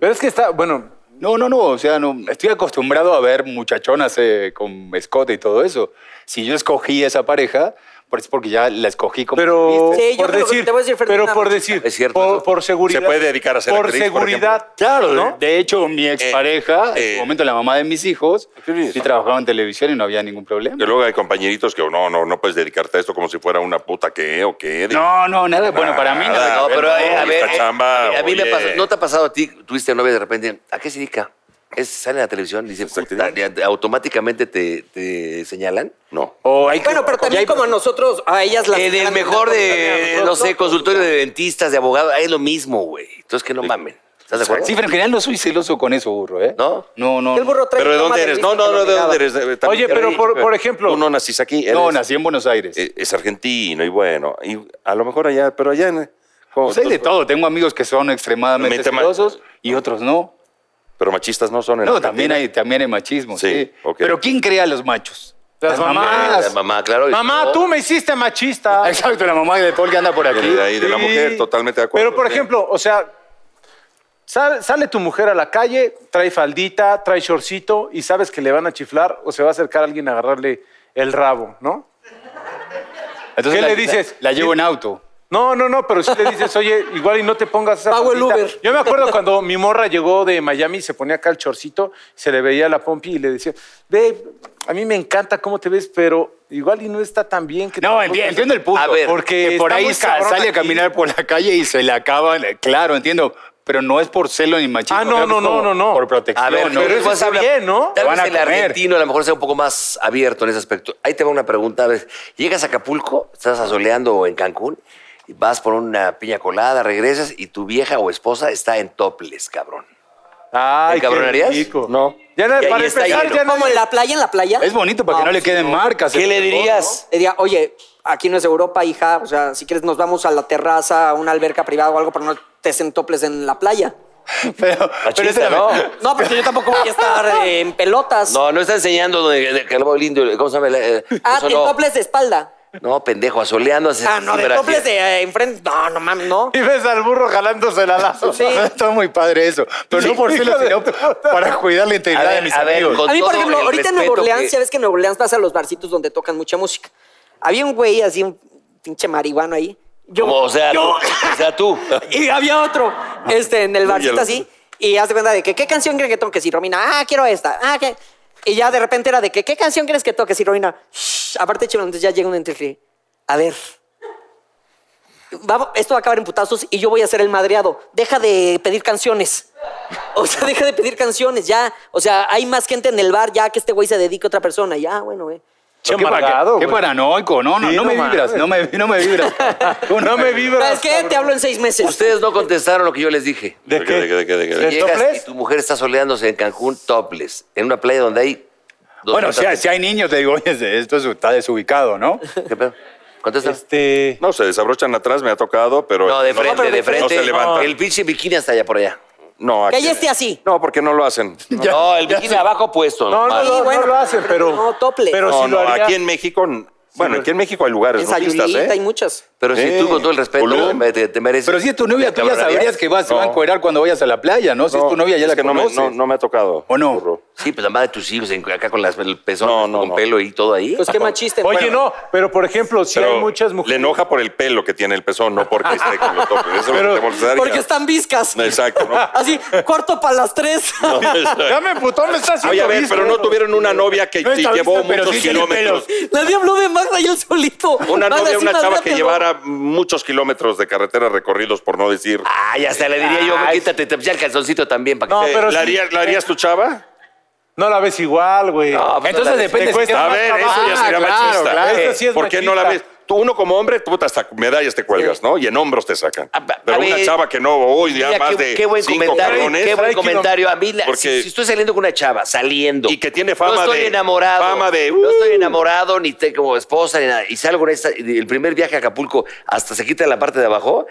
S3: Pero es que está, bueno,
S6: no, no, no. O sea, no, estoy acostumbrado a ver muchachonas eh, con escote y todo eso. Si yo escogí esa pareja, pues es porque ya la escogí como.
S3: pero
S1: Sí, yo
S3: por
S1: creo que
S3: decir,
S1: te voy a decir, Fernanda,
S3: pero por
S1: mucho.
S3: decir,
S2: Es cierto,
S3: por,
S2: eso.
S3: por seguridad.
S4: Se puede dedicar a ser
S3: Por
S4: actriz, por
S3: seguridad.
S6: Claro,
S3: ¿no?
S6: de, de hecho, mi expareja, en
S4: eh.
S6: su momento la mamá de mis hijos,
S4: Sí.
S6: sí trabajaba en televisión y no había ningún problema.
S4: Y luego hay compañeritos que oh, no, no, no puedes dedicarte a esto como si fuera una puta que o qué.
S6: No, no, nada. Bueno, para mí
S4: Nada,
S6: nada.
S2: No, pero eh, a
S4: no,
S2: ver,
S4: esta
S2: eh,
S4: chamba,
S2: a mí me
S4: oye.
S2: pasa, ¿no te ha pasado a ti, tuviste novia y de repente, ¿a qué se dedica? Es, sale en la televisión y dice, puta, y automáticamente te, te señalan.
S4: No.
S6: O hay que-
S1: Bueno, pero
S6: o
S1: también
S6: hay-
S1: como a nosotros, a ellas las.
S2: En el mejor de, no sé, consultorio de dentistas, de abogados, es lo mismo, güey. Entonces que no mamen. ¿Estás de acuerdo?
S6: Sí, pero en general no soy celoso con eso, burro, ¿eh?
S2: ¿No?
S6: No, no.
S1: El burro trae
S4: ¿Pero de
S1: toma
S4: dónde eres?
S1: vista
S4: No, no,
S1: que
S4: no, ¿de
S1: negaba.
S4: dónde eres? Eh, también-
S3: Oye, pero por, por ejemplo,
S4: Tú no naciste aquí. eres-
S6: No, nací en Buenos Aires.
S4: eh, Es argentino y bueno. Y a lo mejor allá, pero allá en. eh, como-
S6: Pues hay de todo. Tengo amigos que son extremadamente
S4: Mente ma-
S6: celosos y otros no.
S4: Pero machistas no son en
S6: No,
S4: Argentina.
S6: también hay, también hay machismo, sí.
S4: Sí, ok.
S6: Pero ¿quién crea a los machos?
S3: Las mamás.
S2: La mamá, claro. y-
S3: mamá,
S2: no.
S3: tú me hiciste machista.
S6: Exacto, la mamá de Paul que anda por aquí.
S4: Viene de ahí, de la
S3: Sí.
S4: mujer, totalmente de acuerdo.
S3: Pero, por
S4: Sí.
S3: ejemplo, o sea, sal- sale tu mujer a la calle, trae faldita, trae shortcito y sabes que le van a chiflar o se va a acercar alguien a agarrarle el rabo, ¿no?
S6: Entonces
S3: ¿Qué
S6: la-
S3: le dices?
S6: La, la llevo en auto.
S3: No, no, no, pero si le dices, oye, igual y no te pongas esa
S1: Pago el
S3: faldita.
S1: Uber.
S3: Yo me acuerdo cuando mi morra llegó de Miami, se ponía acá el chorcito, se le veía la pompi y le decía, ve, a mí me encanta cómo te ves, pero igual y no está tan bien. Que
S6: No,
S3: tampoco-
S6: entiendo, entiendo el punto.
S2: A ver,
S6: porque por
S3: está
S6: ahí
S3: muy
S6: sa-
S3: cabrón
S6: sale a
S3: aquí.
S6: caminar por la calle y se le acaban. Claro, entiendo. Pero no es por celo ni machismo.
S3: Ah, no,
S6: creo que
S3: no,
S6: es
S3: no,
S6: como
S3: no, no.
S6: Por protección.
S2: A ver,
S6: ¿no?
S3: pero
S2: pero
S3: eso
S2: eso
S3: está bien, ¿no?
S2: Tal
S6: Te van
S2: vez
S6: a
S2: el
S6: comer.
S2: argentino a lo mejor sea un poco más abierto en ese aspecto. Ahí te va una pregunta. A ver, llegas a Acapulco, estás asoleando en Cancún, y vas por una piña colada, regresas y tu vieja o esposa está en topless, cabrón.
S3: Ay,
S2: ¿Te encabronarías?
S3: No. Ya na-
S2: Y ahí
S3: para
S2: está
S3: empezar,
S2: lleno.
S3: ya na-
S1: Como en la playa, en la playa.
S6: Es bonito para que no le queden marcas.
S2: ¿Qué
S6: el
S2: le
S6: pulgón,
S2: dirías?
S1: Le Ah, diría, oye, aquí no es Europa, hija. O sea, si quieres, nos vamos a la terraza, a una alberca privada o algo, pero no te sentoples en la playa.
S6: ¿no? Pero, pero esa
S2: Machista,
S6: es la-
S2: ¿no?
S1: No, porque yo tampoco voy a estar eh, en pelotas.
S2: No, no está enseñando donde- de- que el boy lindo, ¿cómo se llama? Eh,
S1: ah,
S2: eso
S1: en
S2: no.
S1: toples de espalda.
S2: No, pendejo, asoleando. hace-
S1: Ah, no, de
S2: super
S1: toples
S2: así.
S1: de eh, enfrente. No, no mames, no.
S3: y ves al burro jalándose la lazo.
S1: Sí.
S6: Está muy padre eso. Pero no por
S3: Sí,
S6: celo,
S3: hijo de
S6: sino para cuidar la
S2: A
S6: integridad
S2: ver,
S6: de mis
S2: a ver,
S6: amigos.
S2: con-
S1: A mí, por
S2: todo
S1: ejemplo,
S2: el
S1: ahorita en Nueva
S2: respeto
S1: Orleans,
S2: que-
S1: ya ves que en Nueva Orleans vas a los barcitos donde tocan mucha música. Había un güey así, un pinche marihuano ahí. Yo,
S2: Como, o sea,
S1: yo-
S2: tú, o sea, tú.
S1: y había otro este, en el barcito
S4: el-
S1: así. Y haz de cuenta de que, ¿qué canción crees que toques? Y Romina, ah, quiero esta. Ah, ¿qué? Y ya de repente era de que, ¿qué canción crees que toques? Y Romina, "Shh". aparte, chulo, entonces ya llega un entre que, a ver, va- esto va a acabar en putazos y yo voy a ser el madreado. Deja de pedir canciones. O sea, deja de pedir canciones, ya. O sea, hay más gente en el bar ya que este güey se dedique a otra persona. Ya, bueno, eh. güey.
S3: Che,
S6: qué, para-
S3: amargado,
S6: qué
S3: güey.
S6: paranoico. No, no,
S3: Sí,
S6: no,
S3: no
S6: me
S3: mames.
S6: vibras. No me, no me vibras. Tú
S3: No me vibras.
S1: ¿Sabes qué? Te hablo en seis meses.
S2: Ustedes no contestaron lo que yo les dije.
S3: ¿De qué?
S4: ¿De qué? ¿De qué?
S3: ¿De
S2: Llegas
S3: topless?
S2: y tu mujer está soleándose en Cancún topless, en una playa donde hay...
S6: Bueno, si hay,
S2: 200.
S6: si hay niños, te digo, oye, esto es- está desubicado, ¿no?
S2: ¿Qué pedo? Contesta.
S3: Este.
S4: No, se desabrochan atrás, me ha tocado, pero.
S2: No, de frente,
S4: pero
S2: de frente.
S4: No se levanta.
S2: El pinche bikini hasta allá por allá.
S4: No,
S1: Que
S4: aquí.
S1: ella esté así.
S4: No, porque no lo hacen.
S2: no, el bikini abajo puesto.
S3: No, no,
S2: nomás.
S3: no, no
S1: bueno,
S3: lo hacen, pero.
S1: no, topless.
S3: Pero
S4: No,
S3: si lo
S4: no,
S3: haría.
S4: aquí en México. n- Bueno, aquí en México hay lugares
S1: En Sayulita
S4: nudistas,
S1: hay
S4: ¿eh?
S1: muchas.
S2: Pero si
S4: Sí.
S2: tú con todo el respeto
S4: Boludo.
S2: me- te, te mereces...
S6: Pero si es tu novia, tú ya
S2: cabronarías?
S6: sabrías que vas, se va a
S4: No.
S6: encuerar cuando vayas a la playa, ¿no? Si es tu novia, ya
S4: es
S6: la
S4: que no me,
S6: conoces.
S4: no, no me ha tocado.
S6: ¿O no?
S4: burro.
S2: Sí, pues la madre de tus hijos en- acá con las el pezón,
S4: No, no,
S2: con
S4: no.
S2: pelo y todo ahí.
S1: Pues qué machista.
S3: Oye, no, pero por ejemplo, si
S4: Pero
S3: hay muchas
S4: Le
S3: mujeres.
S4: enoja por el pelo que tiene el pezón, no porque esté con los topes. Eso es lo que te molestaría.
S1: Porque están viscas.
S4: Exacto, ¿no?
S1: Así, cuarto para las tres.
S6: Dame putón, me estás
S4: Oye, a ver, pero
S6: eh.
S4: no tuvieron una novia que
S6: No
S4: sí
S6: está
S4: llevó
S6: visto, pero
S4: muchos
S6: sí tiene
S4: kilómetros.
S1: Nadie habló de Magda y él solito.
S4: Una
S1: Magda,
S4: novia,
S1: sí,
S4: una chava que
S1: madréatelo.
S4: llevara muchos kilómetros de carretera recorridos, por no decir.
S2: Ay, hasta le diría yo, quítate te- ya el calzoncito también para que
S3: No,
S2: te-
S3: pero
S4: Eh, ¿La
S3: sí.
S4: harías, la harías tu chava?
S3: No la ves igual, güey.
S2: No, pues,
S6: Entonces
S2: no la-
S6: depende.
S3: Te cuesta-
S6: si
S4: A
S6: te-
S4: ver, eso ya
S6: Ah,
S4: sería
S6: claro,
S4: machista. Eh,
S6: claro.
S3: Eso sí es
S4: ¿Por qué no la ves?
S3: machista.
S4: Tú, uno como hombre, puta, hasta medallas te cuelgas, ¿no? Y en hombros te sacan.
S2: A- a-
S4: Pero
S2: Ah, a
S4: una
S2: ver,
S4: chava que no, hoy ya
S2: Mira,
S4: más
S2: qué,
S4: de
S2: qué buen
S4: cinco
S2: comentario,
S4: cabrones.
S2: qué buen
S3: Ay,
S2: comentario. A mí, la-
S4: Porque-
S2: si, si estoy saliendo con una chava, saliendo.
S4: Y que tiene fama
S2: No estoy
S4: de-
S2: enamorado.
S4: fama de,
S2: no
S4: uh.
S2: estoy enamorado, ni te, como esposa, ni nada. Y salgo en esta, el primer viaje a Acapulco, hasta se quita la parte de abajo.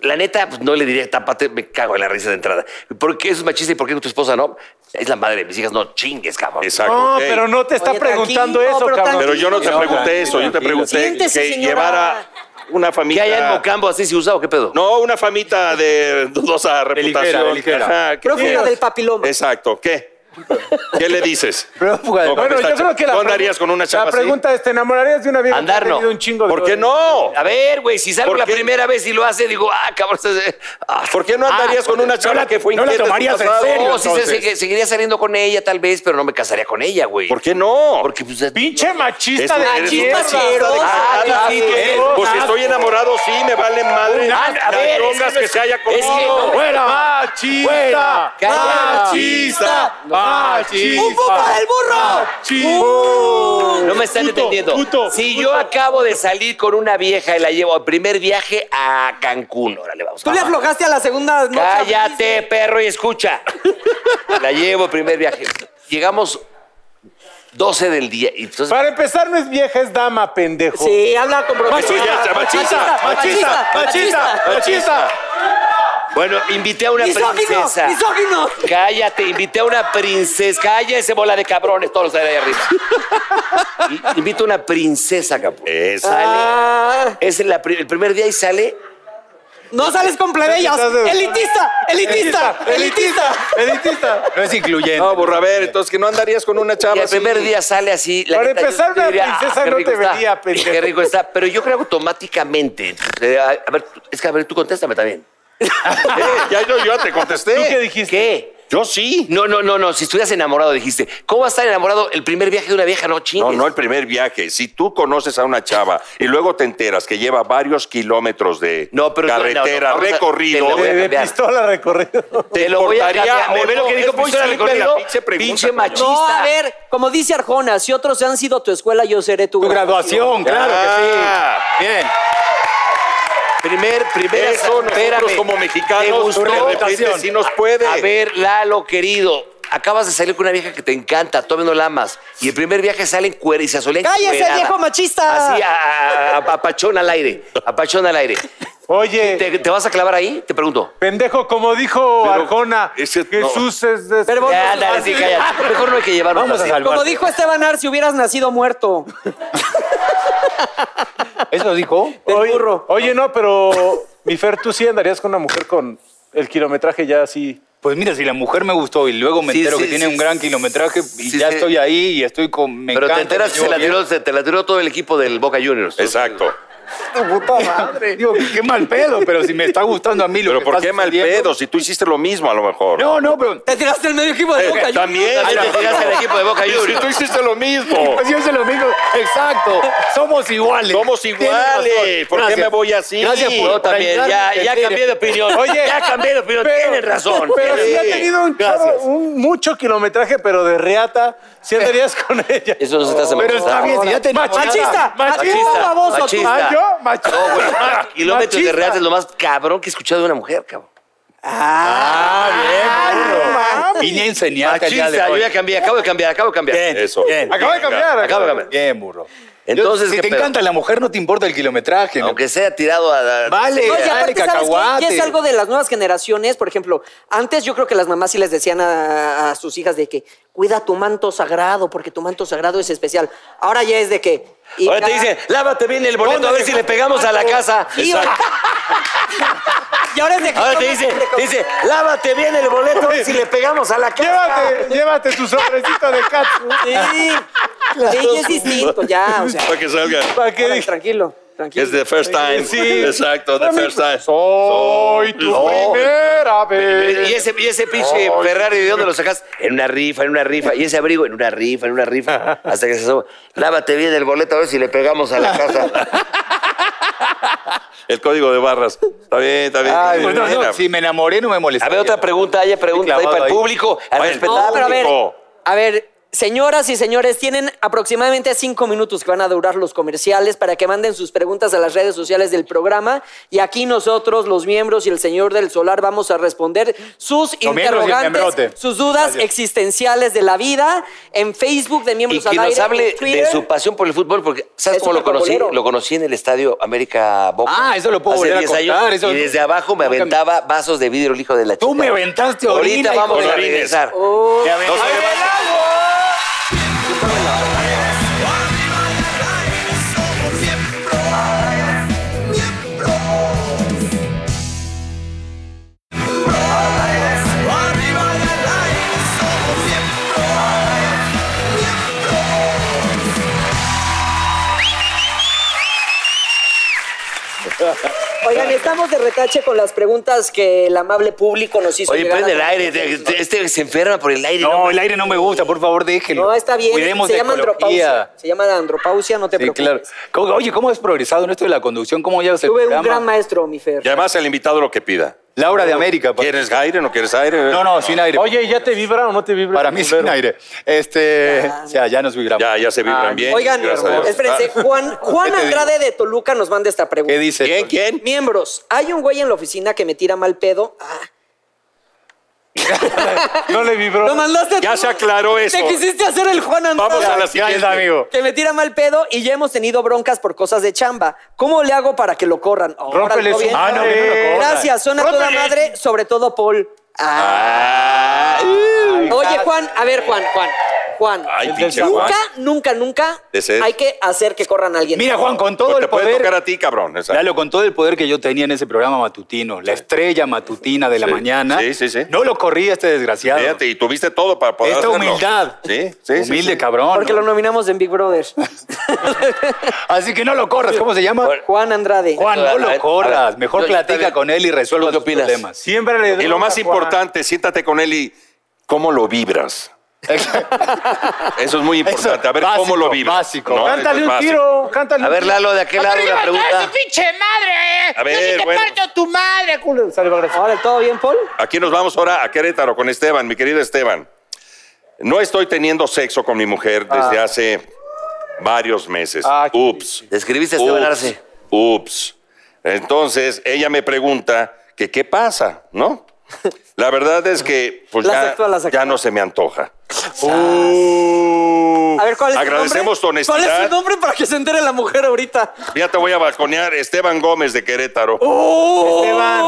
S2: La neta, pues, no le diría, tapate, me cago en la risa de entrada. ¿Por qué eso es machista y por qué tu esposa no? Es la madre de mis hijas, no chingues, cabrón.
S4: Exacto.
S3: No,
S4: ey.
S3: pero no te está
S1: Oye,
S3: preguntando
S1: tranquilo,
S3: eso,
S1: pero
S3: cabrón.
S4: Pero yo no te
S6: No,
S4: pregunté eso, yo te
S6: tranquilo.
S4: pregunté que
S1: Siéntese, señora.
S4: llevara una
S2: ¿Qué
S4: famita.
S2: hay en Mocambo así se usa o qué pedo?
S4: No, una famita de dudosa reputación.
S6: ligera, de ligera.
S4: Ajá, ¿qué
S1: Prófuga
S4: quieres?
S1: del papiloma.
S4: Exacto. ¿Qué? ¿Qué le dices?
S6: Prófuga de-
S4: No,
S3: Bueno, yo
S4: Está-
S3: creo que la
S4: ¿Tú
S3: pregunta-
S4: andarías con una chava
S3: La
S4: así?
S3: pregunta es: ¿te enamorarías de una vieja
S2: Andar,
S3: que ha
S2: no.
S3: tenido un chingo de
S4: ¿Por qué
S3: dólares?
S4: no?
S2: A ver, güey, si salgo
S4: ¿Por
S2: la
S4: qué?
S2: primera vez y lo hace, digo, ah, cabrón. estás- ah.
S4: ¿Por qué no andarías
S2: Ah,
S4: con una chava
S6: la-
S4: que fue
S6: no la
S4: inquieta en tu
S6: tomarías en
S4: pasado?
S6: serio,
S2: No, sí, se-
S6: entonces.
S2: se- seguiría saliendo con ella tal vez, pero no me casaría con ella, güey.
S4: ¿Por qué no?
S2: Porque pues,
S3: Pinche machista
S4: Eso
S3: de
S4: eres un
S3: mierda.
S1: machero.
S3: Ah,
S2: Ah,
S3: sí,
S2: claro.
S3: qué
S4: Pues si
S3: cosa.
S4: estoy enamorado, sí, me vale madre.
S2: Ah, a
S4: Las
S2: ver,
S4: drogas
S2: es que no
S4: que
S2: es-
S4: se haya comido.
S2: es que no-
S3: ¡Fuera! ¡Machista! Ah,
S2: Calla.
S3: ¡Machista!
S1: ¡Un poco
S3: ¡Machista!
S1: del burro!
S3: Uh.
S2: no me están
S3: Puto,
S2: entendiendo.
S3: puto,
S2: si
S3: puto.
S2: yo acabo de salir con una vieja y la llevo al primer viaje a Cancún, órale, vamos.
S1: Tú le aflojaste a la segunda noche.
S2: Cállate, perro, y escucha. La llevo al primer viaje. Llegamos 12 del día. y entonces,
S3: Para empezar, no es vieja, es dama, pendejo.
S1: Sí, habla con propiedad.
S4: Machista, machista,
S1: machista, machista,
S3: ¡Machista!
S2: bueno, invité a una
S1: misógino,
S2: princesa.
S1: misógino.
S2: Cállate, invité a una princesa. Cállense, bola de cabrones, todos los de ahí arriba. Y- Invito a una princesa, capo.
S4: Esa.
S2: Sale.
S1: Ah,
S2: Es la pri- el primer día y sale.
S1: no sales con plebeyas. Elitista, elitista, elitista.
S3: ¡Elitista!
S6: No es incluyente.
S4: No, borra, a ver, entonces que no andarías con una
S2: Y
S4: chava.
S2: el
S4: así.
S2: primer día sale así.
S3: Para
S2: neta, yo-
S3: empezar,
S2: yo
S3: una
S2: "Ah,
S3: princesa
S2: qué
S3: no
S2: rico
S3: te
S2: está,
S3: venía, pendejo".
S2: Qué rico está. Pero yo creo que automáticamente. eh, a, a ver, tú- es que a ver, tú contéstame también.
S4: Eh, ya yo, yo ya te contesté.
S3: ¿Tú Eh, qué dijiste?
S2: ¿Qué?
S4: Yo sí.
S2: No, no, no, no. Si estuvieras enamorado, dijiste. ¿Cómo vas a estar enamorado el primer viaje de una vieja? No
S4: No,
S2: chingues.
S4: no el primer viaje. Si tú conoces a una chava y luego te enteras que lleva varios kilómetros de
S2: No, pero-
S4: carretera
S2: no, no, no, vamos a-
S4: recorrido,
S2: te la voy
S3: De,
S2: a
S3: de
S2: cambiar.
S3: pistola recorrido.
S2: Te lo voy a
S4: importaría
S2: cambiar.
S4: o
S2: ¿Ve- ¿Ve
S4: no?
S2: lo que dijo
S4: Es muy
S2: Pistola
S4: simple
S2: Recorrido?
S4: la pinche pregunta,
S2: Pinche
S4: coño.
S2: machista.
S1: No, a ver, como dice Arjona, si otros han sido tu escuela, yo seré tu,
S6: Tu graduación, claro
S4: Ah.
S6: que sí. Bien.
S2: Primer, primera
S4: Eso nosotros
S2: espérame.
S4: como mexicanos,
S2: ¿Te gustó?
S4: de repente
S6: Votación.
S4: sí nos puede.
S2: A ver, Lalo, querido. Acabas de salir con una vieja que te encanta, todavía no la amas. Y el primer viaje sale en cuera y se asolea en
S1: ¡Cállese,
S2: cuerada.
S1: viejo machista!
S2: Así, a, a- a- apachón al aire. Apachón al aire.
S3: Oye,
S2: ¿Te, te vas a clavar ahí? Te pregunto.
S3: pendejo, como dijo
S4: Pero
S3: Arjona,
S4: ese-
S3: Jesús es de... este-
S1: Pero vos-
S2: Ya, ándale, sí, cállate. Mejor no hay que llevarlo.
S6: Vamos a salvar.
S1: Como dijo Esteban Arce, hubieras nacido muerto.
S6: ¿Eso dijo?
S1: Del
S3: oye,
S1: burro.
S3: oye, no, pero mi Fer, tú sí andarías con una mujer con el kilometraje ya así.
S6: Pues mira, si la mujer me gustó y luego me
S2: Sí,
S6: entero
S2: sí,
S6: que tiene
S2: sí,
S6: un gran
S2: sí,
S6: kilometraje y
S2: sí,
S6: ya
S2: sí.
S6: estoy ahí y estoy con. me
S2: Pero te
S6: encanta,
S2: enteras
S6: me
S2: que se
S6: llevo
S2: la
S6: bien.
S2: tiró, se- te la tiró todo el equipo del Boca Juniors.
S4: Exacto.
S3: tu puta madre.
S6: Digo, qué mal pedo, pero si me está gustando a mí lo
S7: Pero
S6: que
S7: ¿por
S6: está
S7: qué mal
S6: sucediendo-
S7: pedo? Si tú hiciste lo mismo, a lo mejor.
S6: No, no, pero.
S1: Te tiraste el medio equipo de boca.
S2: También. Ahí te tiraste el equipo de Boca
S7: Si tú
S2: Juniors.
S7: hiciste lo mismo.
S6: Pues yo hice lo mismo. Exacto. Somos iguales.
S4: Somos
S6: Tienes razón.
S4: iguales. ¿Por qué
S6: Gracias.
S4: me voy así?
S6: Gracias por-
S2: Yo también. Ya, ya cambié de opinión.
S3: Oye.
S2: ya cambié de opinión.
S3: Pero-
S2: Tienes razón.
S3: Pero sí ha
S2: Eh,
S3: tenido un,
S4: Gracias.
S3: un mucho kilometraje, pero de reata, si andarías con ella.
S2: Eso no se te hace
S6: Pero está bien, si ya te
S1: Machista.
S2: Machista.
S6: baboso, tú.
S2: Machista.
S6: Ah, yo, machista.
S2: No, güey. Kilómetros de
S6: Machista.
S2: real es lo más cabrón que he escuchado de una mujer, cabrón.
S6: Vine a enseñarte el día de
S2: Machista. Yo
S6: hoy.
S2: ya cambié. Acabo de cambiar. Acabo de cambiar.
S7: Eso.
S2: Bien.
S3: Acabo de cambiar.
S2: Acabo de cambiar.
S6: Bien, burro.
S2: Entonces,
S6: si
S2: ¿qué
S6: te
S2: pedo?
S6: encanta la mujer, no te importa el kilometraje. ¿no?
S2: Aunque sea tirado a... a-
S6: Vale,
S1: No, y
S6: dale
S1: aparte, ¿sabes qué?
S6: cacahuate.
S1: Y es algo de las nuevas generaciones. Por ejemplo, antes yo creo que las mamás sí les decían a, a sus hijas de que cuida tu manto sagrado, porque tu manto sagrado es especial. Ahora ya es de que. y-
S2: Ahora te dicen, lávate bien el boleto a ver si le pegamos a la casa.
S1: Sí, ahora- y ahora es de que.
S2: Ahora te dice, te dice, lávate bien el boleto a ver si le pegamos a la casa.
S3: Llévate, llévate tu sobrecito de katsu.
S1: Sí, sí, y es distinto, ya. O sea,
S4: Para que salga.
S3: ¿Para qué
S1: ahora,
S3: dije?
S1: tranquilo, tranquilo.
S4: Es the first time.
S3: Sí.
S4: Exacto, the first time.
S3: Soy tu
S4: No.
S3: primera
S2: Y
S3: vez.
S2: ese, y ese pinche Ferrari, ¿de dónde lo sacas? En una rifa, en una rifa. Y ese abrigo, en una rifa, en una rifa. Hasta que se asoma. Lávate bien el boleto a ver si le pegamos a la casa.
S4: El código de barras. Está bien, está bien.
S6: Ay,
S4: Está
S6: pues no,
S4: bien.
S6: no, si me enamoré, no me molesta.
S2: A ver, otra pregunta, haya pregunta ahí
S6: Clavado
S2: para el
S6: ahí.
S2: público. Al respetar.
S1: No, pero a ver,
S4: Tipo.
S1: a ver, señoras y señores, tienen aproximadamente cinco minutos que van a durar los comerciales para que manden sus preguntas a las redes sociales del programa y aquí nosotros, los miembros y el señor del solar, vamos a responder sus
S6: miembros y el
S1: interrogantes,
S6: miembrote.
S1: sus dudas existenciales de la vida en Facebook de
S2: Y
S1: miembros al
S2: que nos
S1: Aire,
S2: hable
S1: en
S2: de
S1: Twitter.
S2: su pasión por el fútbol, porque ¿sabes
S1: Es
S2: cómo lo
S1: súper
S2: conocí?
S1: futbolero.
S2: Lo conocí en el estadio América Boca.
S6: Ah, eso lo puedo
S2: hace
S6: volver a
S2: 10
S6: contar,
S2: años,
S6: eso-
S2: y desde abajo me
S6: Nunca me-
S2: aventaba vasos de vidrio el hijo de la chica.
S6: Tú me aventaste orina,
S2: Ahorita
S6: hijo
S2: vamos
S6: de
S2: a
S6: la-
S2: regresar.
S4: No se le va.
S1: Oigan, estamos de retache con las preguntas que el amable público nos hizo.
S2: Oye,
S1: llegar
S2: prende
S1: a-
S2: el aire. te- te- Este se enferma por el aire.
S6: No, el aire no me gusta, por favor, déjenlo.
S1: No, está bien.
S6: Cuidemos
S1: se
S6: la
S1: llama
S6: ecología.
S1: andropausia. Se llama andropausia, no te
S6: Sí,
S1: preocupes.
S6: claro. ¿Cómo- Oye, ¿cómo has progresado en esto de la conducción? ¿Cómo llevas el
S1: Tuve un
S6: programa?
S1: gran maestro, mi Fer.
S4: Y además el invitado lo que pida.
S6: Laura de América. pa-
S4: ¿Quieres aire? ¿No quieres aire?
S6: Pues, No, no, sin aire.
S3: Oye, ¿ya te vibra o no te vibra?
S6: para
S3: el
S6: mí
S3: culero?
S6: sin aire. Este, o sea, ya nos vibramos.
S4: Ya, ya se
S6: Ah,
S4: vibran bien.
S1: Oigan,
S4: gracias a Dios. Ah,
S1: espérense, Juan, Juan Andrade de Toluca nos manda esta
S6: ¿Qué
S1: pregunta.
S6: dice?
S4: ¿Quién? ¿Quién?
S1: Miembros, hay un güey en la oficina que me tira mal pedo. Ah,
S3: No le vibró.
S1: lo mandaste
S4: Ya
S1: tú.
S4: se aclaró eso.
S1: Te quisiste hacer el Juan Andrade.
S4: Vamos a la
S6: Ya
S4: siguiente.
S6: está, amigo.
S1: Que me tira mal pedo y ya hemos tenido broncas por cosas de chamba. ¿Cómo le hago para que lo corran? Ahora,
S3: Rómpele
S1: ¿todo
S3: su
S1: bien?
S6: Ah, no, que no lo corran.
S1: Gracias, son a toda
S3: Rómpele.
S1: madre, sobre todo Paul. Ah. Oye, Juan, a ver, Juan, Juan, Juan.
S4: Ay, pinche Juan.
S1: nunca, nunca, nunca
S4: De ser.
S1: hay que hacer que corran a alguien.
S6: Mira, Juan, con todo
S4: Pues
S6: el
S4: te puede tocar
S6: poder.
S4: a ti, cabrón. exacto.
S6: Lalo, con todo el poder que yo tenía en ese programa matutino, la estrella matutina de la
S4: Sí.
S6: mañana,
S4: Sí, sí, sí.
S6: no lo corría este desgraciado.
S4: Fíjate, y tuviste todo para poder
S6: Esta
S4: hacerlo.
S6: humildad.
S4: Sí, sí, sí,
S6: Humilde
S4: sí.
S6: cabrón.
S1: Porque
S6: ¿no?
S1: lo nominamos en Big Brother.
S6: Así que no lo corras. ¿Cómo se llama?
S1: Juan Andrade.
S6: Juan,
S2: A
S6: no
S2: ver, a
S6: lo
S2: ver, a
S6: corras.
S2: ver.
S6: Mejor
S2: Yo- está bien.
S6: platica con él y resuelva
S2: ¿Tú qué
S6: tus
S2: opinas?
S6: problemas.
S3: Siempre le
S4: Y lo más importante, siéntate con él y cómo lo vibras. Eso es muy importante. a ver
S6: básico,
S4: cómo lo vibras.
S6: básico.
S4: eso es
S3: Cántale un
S4: básico.
S3: tiro, cántale
S2: A
S3: un
S2: ver, Lalo, de aquel lado una pregunta.
S8: pinche madre! eh!
S4: A ver,
S8: Yo sí te
S4: bueno.
S8: parto tu madre, culo.
S3: tiro. Sale, va, gracias.
S1: Ahora, ¿todo bien, Paul?
S4: Aquí nos vamos ahora a Querétaro con Esteban, mi querido Esteban. No estoy teniendo sexo con mi mujer desde
S1: Ah.
S4: hace varios meses.
S3: Ah, qué
S4: Ups.
S2: Describiste a este Esteban
S4: Ups.
S2: Arce.
S4: Ups. Entonces, ella me pregunta que qué pasa, ¿no? La verdad es que pues
S1: La
S4: ya,
S1: aceptó, la aceptó.
S4: ya no se me antoja. Uh.
S1: A ver, ¿cuál es tu
S4: Agradecemos tu
S1: nombre?
S4: honestidad.
S1: ¿Cuál es tu nombre para que se entere la mujer ahorita?
S4: Ya te voy a balconear, Esteban Gómez de Querétaro.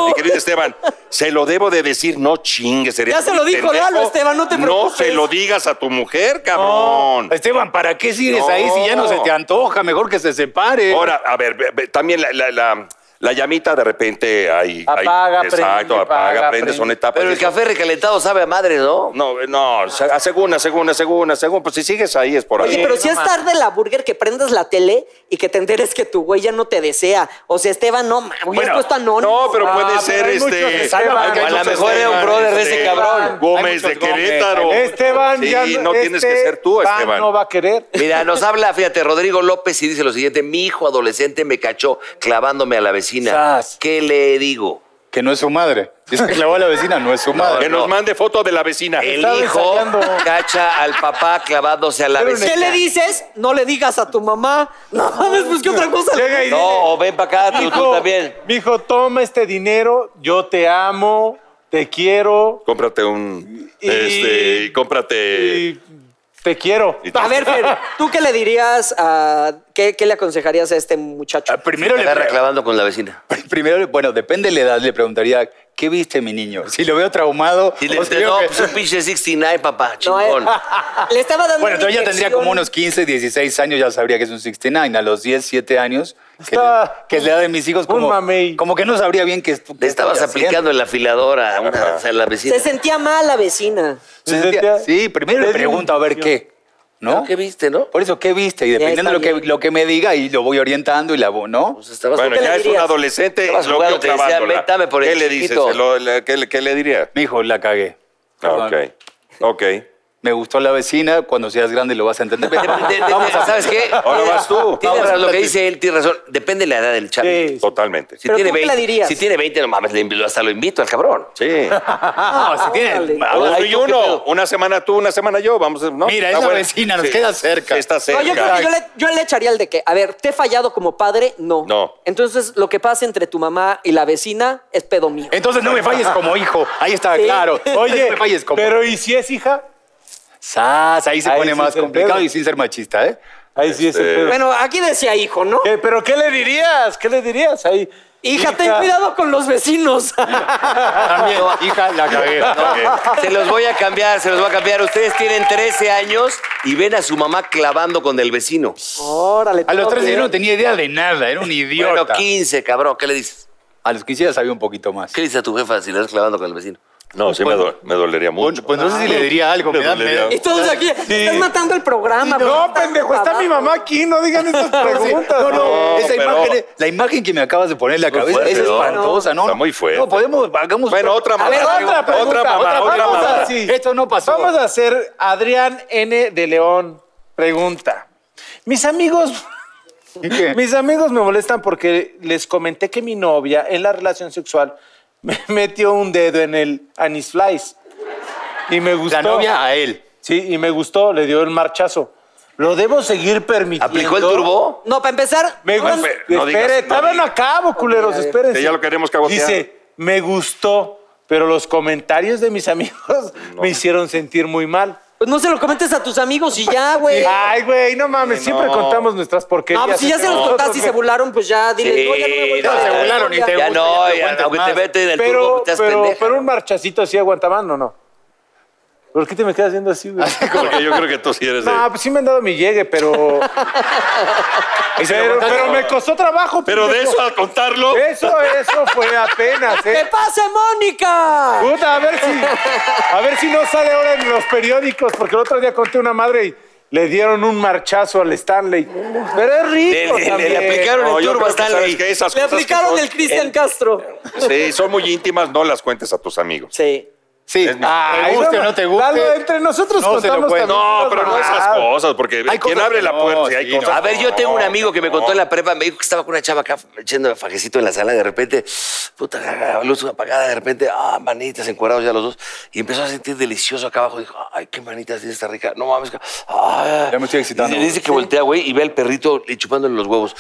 S4: Mi querido Esteban, se lo debo de decir, no chingues. sería
S1: Ya se lo
S4: muy
S1: dijo Lalo, Esteban, no te
S4: No
S1: preocupes.
S4: se lo digas a tu mujer, cabrón.
S6: Esteban, ¿para qué sigues
S4: No.
S6: ahí si ya no se te antoja? Mejor que se separe.
S4: Ahora, a ver, ve- ve- también la, la- la-
S5: La llamita de repente hay. hay-
S3: Apaga, prende,
S5: Exacto, apaga,
S3: apaga,
S5: prende, son
S3: prende.
S4: Ah, pues
S5: etapas.
S2: Pero
S5: de
S2: el café recalentado sabe a madre, ¿no?
S5: No, eh, no, se- a segunda, segunda, segunda, segunda. Pues si sigues ahí es por ahí.
S1: Oye, pero si es tarde la burger que prendes la tele y que te enteres que tu güey ya no te desea. O sea, Esteban, no, mames, bueno, esto está anónimo.
S5: no, pero puede
S3: pero
S5: ser
S3: hay muchos
S5: este.
S3: Esteban.
S5: hay
S3: A lo
S5: muchos
S2: mejor era un
S5: Esteban,
S2: brother de ese
S5: este,
S2: cabrón.
S6: Hay
S5: Gómez
S6: muchos
S5: de
S6: Gómez.
S5: Querétaro.
S3: Esteban
S5: sí,
S3: ya
S5: no tienes que ser tú,
S3: Esteban
S5: Esteban.
S3: no va a querer.
S2: Mira, nos habla, fíjate, Rodrigo López y dice lo siguiente: mi hijo adolescente me cachó clavándome a la vecina.
S3: Sas.
S2: ¿Qué le digo?
S6: Que no es su madre. Dice que clavó a la vecina, no es su
S5: Que
S6: madre.
S5: nos mande foto de la vecina.
S2: El
S3: Estaba
S2: hijo
S3: ensayando.
S2: cacha al papá clavándose a la vecina.
S1: ¿Qué le dices? No le digas a tu mamá. No mames, pues qué otra cosa.
S3: Llega y dice,
S2: No, o ven para acá, tú, tú
S3: "Mijo,
S2: también.
S3: Mijo, toma este dinero, yo te amo, te quiero
S5: Cómprate un.
S3: Y-
S5: Este. y Cómprate.
S3: y te quiero.
S5: y-
S1: A ver, Fer, ¿tú qué le dirías a. ¿Qué, qué le aconsejarías a este muchacho?
S6: Ah, Primero le,
S2: Agarra
S6: pre-
S2: clavando con la vecina.
S6: primero, le- bueno, depende de la edad, le preguntaría, ¿qué viste, mi niño? Si lo veo traumado.
S2: Y le
S6: o si
S2: dice,
S6: veo
S2: no,
S6: que-
S2: pues un pinche 69, papá,
S1: No, eh,
S2: chingón.
S1: le estaba dando.
S6: Bueno,
S1: una
S6: entonces ya tendría
S1: inyección.
S6: como unos 15, 16 años, ya sabría que es un 69. A los 10, 7 años, que,
S3: Está-
S6: que es la edad de mis hijos,
S3: Ah. Un
S6: como,
S3: mamey.
S6: como que no sabría bien que estu-
S2: Le estabas
S6: qué estoy
S2: aplicando en la afiladora a, una-
S5: Ajá.
S2: o sea, a la vecina.
S1: Se sentía mal la vecina.
S6: haciendo. Se sentía- Sí, primero le
S3: Es mi
S6: pregunto a ver qué. ¿No?
S2: ¿No? ¿Qué viste, no?
S6: Por eso, ¿qué viste? Y dependiendo de lo
S1: está
S6: que, lo que me diga, y lo voy orientando y la voy, ¿no?
S2: Pues estabas
S5: Bueno,
S1: ¿Qué le
S5: ya es un
S1: dirías?
S5: adolescente.
S2: Estabas
S5: Lo
S2: jugando,
S5: veo
S2: te decía,
S5: clavándola.
S2: "Métame por el
S5: ¿Qué le dices?
S2: chiquito".
S5: Se lo- le- ¿Qué le- qué le diría?
S6: Mi hijo, la cagué.
S5: Ah,
S6: Perdón.
S5: Ok. Ok.
S6: Me gustó la vecina, cuando seas grande lo vas a entender.
S2: De- de- de- ¿Sabes qué?
S5: Ahora vas tú.
S2: Tienes
S6: Vamos a
S2: razón, lo que
S6: platicar.
S2: dice él, tiene razón. Depende de la edad del chavo.
S3: Sí.
S5: Totalmente.
S2: Si
S1: ¿Pero
S2: tiene
S1: tú qué le
S2: 20,
S1: dirías?
S2: Si tiene 20, no mames, le invito- hasta lo invito al cabrón.
S5: Sí. Ah,
S6: No, si tiene...
S1: Órale.
S5: Uno
S2: Ay,
S5: y
S2: ¿tú qué pedo?
S5: uno. Una semana tú, una semana yo. Vamos, a- ¿no?
S6: Mira,
S5: Está
S6: esa
S5: bueno.
S6: vecina nos
S5: Sí.
S6: queda cerca.
S5: Está
S1: No,
S5: cerca.
S1: yo creo que yo le, yo le echaría el de que, a ver, ¿te he fallado como padre? No.
S5: No.
S1: Entonces, lo que pasa entre tu mamá y la vecina es pedo mío.
S6: Entonces no me falles como hijo. Ahí está,
S1: Sí.
S6: claro.
S3: Oye,
S6: no me falles como
S3: pero ¿y si es hija?
S6: Sas, ahí se
S3: Ahí
S6: pone
S3: sí
S6: más
S3: es el
S6: complicado
S3: pedo.
S6: y sin ser machista, ¿eh?
S3: Ahí sí es el
S5: Este-
S3: pedo.
S1: Bueno, aquí decía hijo, ¿no?
S3: ¿Qué- ¿Pero qué le dirías? ¿Qué le dirías ahí?
S1: Hija, ten cuidado con los vecinos.
S6: También, hija, la cagué.
S2: Se los voy a cambiar, se los voy a cambiar. Ustedes tienen 13 años y ven a su mamá clavando con el vecino.
S1: Órale.
S6: A los
S1: todo
S6: 13 yo
S1: bien.
S6: no tenía idea de nada, era un idiota.
S2: Bueno, 15, cabrón. ¿Qué le dices?
S6: A los 15 ya sabía un poquito más.
S2: ¿Qué le dices a tu jefa si la estás clavando con el vecino?
S5: No, sí me, do- me dolería
S6: Pues,
S5: mucho.
S6: pues no sé si le diría algo, me da
S5: dolería.
S6: miedo.
S1: Y todos aquí, estás matando el programa.
S3: No,
S1: puta,
S3: pendejo, está
S1: abajo.
S3: mi mamá aquí, no digan estas
S6: Sí,
S3: preguntas.
S6: No, no,
S5: No,
S6: esa
S5: pero-
S6: imagen, es- la imagen que me acabas de poner en la cabeza
S5: fuerte,
S6: es
S5: ¿no?
S6: espantosa, ¿no?
S5: Está muy fuerte.
S6: No, podemos, hagamos...
S5: Bueno, otra
S3: A
S5: más.
S3: ver, otra pregunta,
S5: Otra más,
S3: otra
S5: otra
S3: pregunta.
S5: más.
S3: Sí.
S6: Esto no pasó.
S3: Vamos a hacer Adrián N. de León. Pregunta. Mis amigos,
S6: ¿Y qué?
S3: mis amigos me molestan porque les comenté que mi novia en la relación sexual me metió un dedo en el Anis Flies. Y me gustó.
S6: La novia a él.
S3: Sí, y me gustó, le dio el marchazo. ¿Lo debo seguir permitiendo?
S2: ¿Aplicó el turbo?
S1: No, para empezar,
S3: Me
S1: no,
S3: gustó.
S5: Espera, no digas,
S3: Espere,
S5: no
S3: estaban
S5: digas.
S3: a cabo, culeros,
S1: Ok, a ver.
S3: espérense.
S5: Que ya lo queremos cagotear.
S3: Dice, me gustó, pero los comentarios de mis amigos me hicieron sentir muy mal.
S1: pues no se lo comentes a tus amigos y ya, güey.
S3: Ay, güey, no mames,
S5: Sí,
S3: siempre
S5: no.
S3: contamos nuestras porquerías.
S1: No, pues si ya se los
S3: Nosotros,
S1: contaste y se
S3: güey.
S1: burlaron, pues ya dile, no, ya no me voy a
S2: no,
S1: meter
S6: se
S1: en la
S6: burlaron y
S1: historia.
S6: te-
S2: Ya
S6: gusta,
S2: no,
S6: ya te
S2: ya,
S6: aguantas
S2: aunque te
S6: más.
S2: meten en el turbo,
S3: Pero,
S2: estás
S3: pero,
S2: pendeja.
S3: pero un marchacito así aguantaban o no. ¿Por qué te me quedas viendo así,
S5: Ah,
S3: güey?
S5: Porque yo creo que tú sí eres de.
S3: No, pues sí me han dado mi llegue, pero. pero, pero me costó trabajo.
S5: Pero de
S1: pues,
S3: pendejo.
S5: eso a contarlo.
S3: Eso, eso fue apenas,
S1: ¡Que
S3: ¿eh?
S1: pase, Mónica!
S3: Puta, a ver si. A ver si no sale ahora en los periódicos, porque el otro día conté una madre y le dieron un marchazo al Stanley. Pero es
S2: Le,
S3: rico.
S2: le- le-
S3: también.
S2: le aplicaron
S5: No,
S2: el
S5: yo
S2: turbo
S5: creo que
S2: hasta
S5: sabes que esas
S1: Le
S5: cosas que
S1: aplicaron
S5: son-
S1: el Cristian Castro.
S5: Sí, son muy íntimas, no las cuentes a tus amigos.
S1: Sí.
S6: Sí, Ah,
S5: Es mi-
S6: te
S3: Ay,
S6: guste
S3: no,
S6: o no te guste.
S3: Lalo, entre nosotros
S6: No se lo
S3: contamos
S6: cuento.
S3: también
S5: No,
S3: nuestras
S5: pero no esas
S3: mamadas.
S5: cosas, porque ¿quién
S6: Hay cosas
S5: abre
S6: que
S5: la
S6: no,
S5: puerta? si hay
S6: sí, no.
S5: cosas-
S2: A ver, yo tengo un amigo que me contó
S5: no.
S2: en la prepa, me dijo que estaba con una chava acá echando fajecito en la sala, de repente, puta, luz apagada, de repente, ah, manitas encuadrados ya los dos, y empezó a sentir delicioso acá abajo, dijo, ay, qué manitas tiene esta rica, no mames, ca- ah.
S6: Ya me estoy excitando,
S2: Dice,
S6: güey.
S2: dice que voltea, güey, y ve al perrito y chupándole los huevos.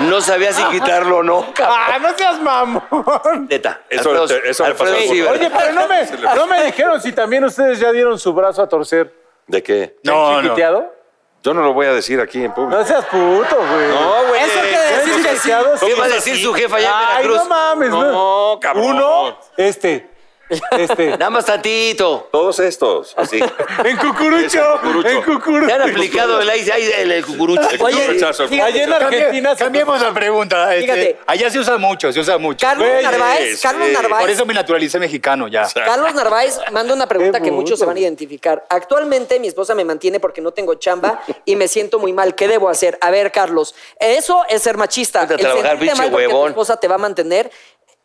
S2: No sabía si quitarlo o no, cabrón.
S3: Ah, no seas mamón.
S2: Neta,
S5: Eso
S2: Alfredo-
S5: te- eso le pasó
S2: Alfredo
S5: al
S2: Sieber.
S3: Oye, pero no me, no me dijeron si también ustedes ya dieron su brazo a torcer.
S5: ¿De qué?
S6: No, no.
S3: chiquiteado?
S5: Yo no lo voy a decir aquí en público.
S3: No seas puto, güey.
S5: No, güey.
S1: Eso que decir que sí.
S3: Chiquiteado,
S2: ¿Qué
S3: sí.
S2: va a decir su jefa allá en
S3: Ay,
S2: Veracruz?
S3: no mames,
S5: No, cabrón.
S3: Uno, este. Este.
S2: Nada más tantito.
S5: Todos estos, así.
S3: ¡En cucurucho!
S5: cucurucho.
S3: ¡En cucurucho!
S2: Te han aplicado el, ay- ay- el- el cucurucho.
S1: Oye,
S5: rechazo.
S1: fíjate,
S3: Ayer en Argentina se-
S6: Cambiemos la pregunta. este,
S1: Fíjate.
S6: allá se usa mucho, se usa mucho.
S1: Carlos
S3: Güey,
S1: Narváez, Carlos
S6: Por
S1: Narváez,
S6: eso me naturalicé mexicano ya.
S1: Carlos Narváez manda una pregunta
S3: Qué
S1: que muchos se
S3: bruto.
S1: van a identificar. Actualmente mi esposa me mantiene porque no tengo chamba y me siento muy mal. ¿Qué debo hacer? A ver, Carlos, eso es ser machista.
S2: Vete a
S1: El
S2: trabajar,
S1: sentirte
S2: pinche
S1: mal porque tu
S2: huevón.
S1: esposa te va a mantener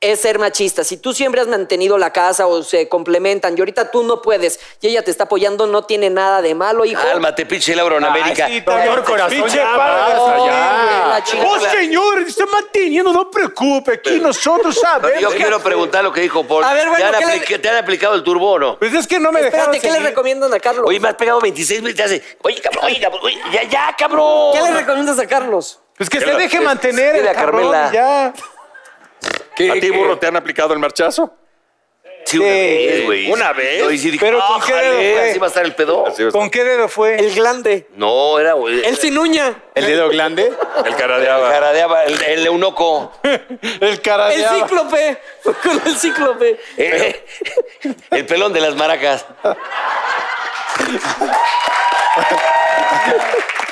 S1: es ser machista. Si tú siempre has mantenido la casa o se complementan y ahorita tú no puedes y ella te está apoyando, no tiene nada de malo, hijo.
S2: Cálmate, pinche Laura en América.
S3: Ay, sí,
S6: Doctor Corazón,
S3: pinche
S6: ya
S3: padre,
S6: basta,
S3: sí,
S6: ya.
S3: güey.
S1: La chingada.
S3: Oh, señor, está manteniendo, no preocupe, aquí nosotros
S2: Pero
S3: sabemos.
S2: yo quiero preguntar lo que dijo Paul.
S1: A ver, bueno,
S2: ¿Te, han
S1: ¿qué le-
S2: aplica- te han aplicado el turbo o no?
S3: Pues es que no me dejaron
S1: Espérate, ¿qué le
S3: seguir.
S1: recomiendan a Carlos?
S2: Oye, me has pegado 26 mil, te hace. Oye, cabrón, oye, cabrón, oye, ya, ya, cabrón.
S1: ¿Qué le recomiendas a Carlos?
S3: Pues que se deje mantener
S2: Dile
S3: el
S2: a
S3: cabrón
S2: Carmela.
S3: y ya.
S5: ¿A ti, burro, te han aplicado el marchazo?
S2: Sí, una
S3: Sí.
S2: vez, güey.
S5: ¿Una vez?
S2: No, y sí dije,
S3: Pero ¿con qué
S2: "Ájale,
S3: dedo fue?"
S2: así va a estar el pedo.
S5: Así es.
S3: ¿Con qué dedo fue?
S1: El glande.
S2: No, era, güey. eh,
S1: El sin uña.
S6: ¿El dedo glande?
S5: El caradeaba.
S2: Caradeaba, el, el eunuco.
S6: El cara
S1: El cíclope. Fue con el cíclope.
S2: Eh, el pelón de las maracas.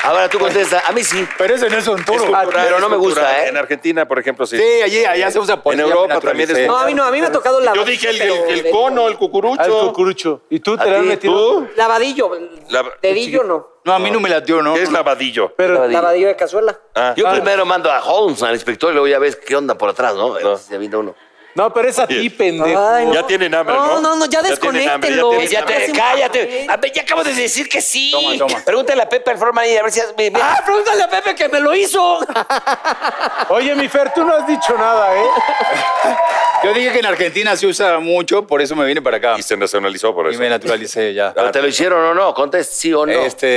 S2: Ahora tú contesta. A mí sí.
S6: Pero eso no es un toro.
S2: cultural. pero no me gusta, ¿eh?
S5: En Argentina, por ejemplo, sí.
S6: Sí, allí, allá se usa por
S5: En Europa también es-
S1: No, a mí no, a mí me ha tocado la
S5: Yo dije el,
S1: pero
S5: el- el
S1: de-
S5: cono, el
S2: Ah,
S5: cucurucho.
S3: Al cucurucho. ¿Y tú te
S2: ¿A
S3: lo han
S2: ti?
S3: metido?
S1: Lavadillo.
S5: La-
S1: Dedillo no.
S6: No, a mí no me latió, ¿no?
S5: ¿Qué es lavadillo?
S3: Pero,
S1: Lavadillo de cazuela.
S5: Ah.
S2: Yo primero mando a Holmes, al inspector, y luego ya ves qué onda por atrás, ¿no? Se viene uno.
S3: no, pero es a ti, pendejo.
S1: Ay,
S5: Ya tienen hambre,
S1: No,
S5: ¿no?
S1: no, no, ya
S5: Ya tienen hambre, ya
S1: desconéctenlo.
S5: tienen
S2: Ya te,
S1: Casi
S2: cállate.
S1: me-
S2: A ver, ya acabo de decir que sí.
S6: Toma, toma.
S2: Pregúntale a Pepe Forma ahí, a ver si. has- me- me-
S1: Ah, pregúntale a Pepe que me lo hizo.
S3: Oye, mi Fer, tú no has dicho nada, ¿eh?
S6: Yo dije que en Argentina se usa mucho, por eso me vine para acá.
S5: Y se nacionalizó por
S6: Y
S5: eso.
S6: me naturalicé ya.
S2: Pero Ah, te lo hicieron o no, contesta sí o no.
S6: Este.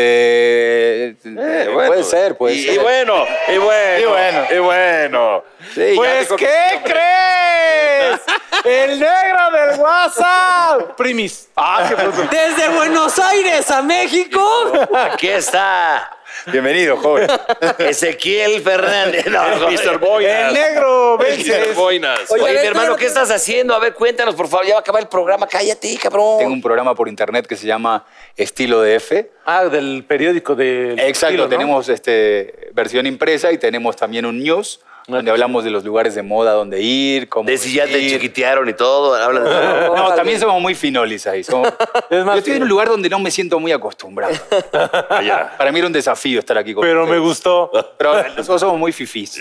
S6: eh,
S5: bueno.
S6: Puede ser, puede
S5: Y,
S6: ser.
S5: y bueno, y bueno,
S6: Y bueno.
S5: y bueno.
S6: Sí, ya
S3: Pues,
S6: dijo que-
S3: ¿qué crees? El negro del WhatsApp. Primis. Ah, qué bruto.
S1: Desde Buenos Aires a México.
S2: Aquí está
S6: Bienvenido, joven. Este,
S2: Ezequiel Fernández. No, no,
S5: Mr.
S3: El
S5: Boinas.
S3: negro,
S5: Mr.
S3: vences.
S5: Boinas.
S2: Oye,
S1: a ver,
S2: mi hermano,
S1: espérate.
S2: ¿qué estás haciendo? A ver, cuéntanos, por favor. Ya va a acabar el programa. Cállate, cabrón.
S6: Tengo un programa por internet que se llama Estilo DF.
S3: Ah, del periódico de.
S6: Exacto, tenemos este, versión impresa y tenemos también un news donde hablamos de los lugares de moda, donde ir, cómo
S2: De si ya te
S6: vestir.
S2: chiquitearon y todo. Hablan de todo.
S6: No,
S1: Órale.
S6: también somos muy finolis ahí. somos-
S3: Es más,
S6: Yo estoy en un lugar donde no me siento muy acostumbrado.
S5: Allá.
S6: Para mí era un desafío estar aquí con
S3: Pero me
S6: ustedes.
S3: gustó.
S6: Pero nosotros somos muy fifís.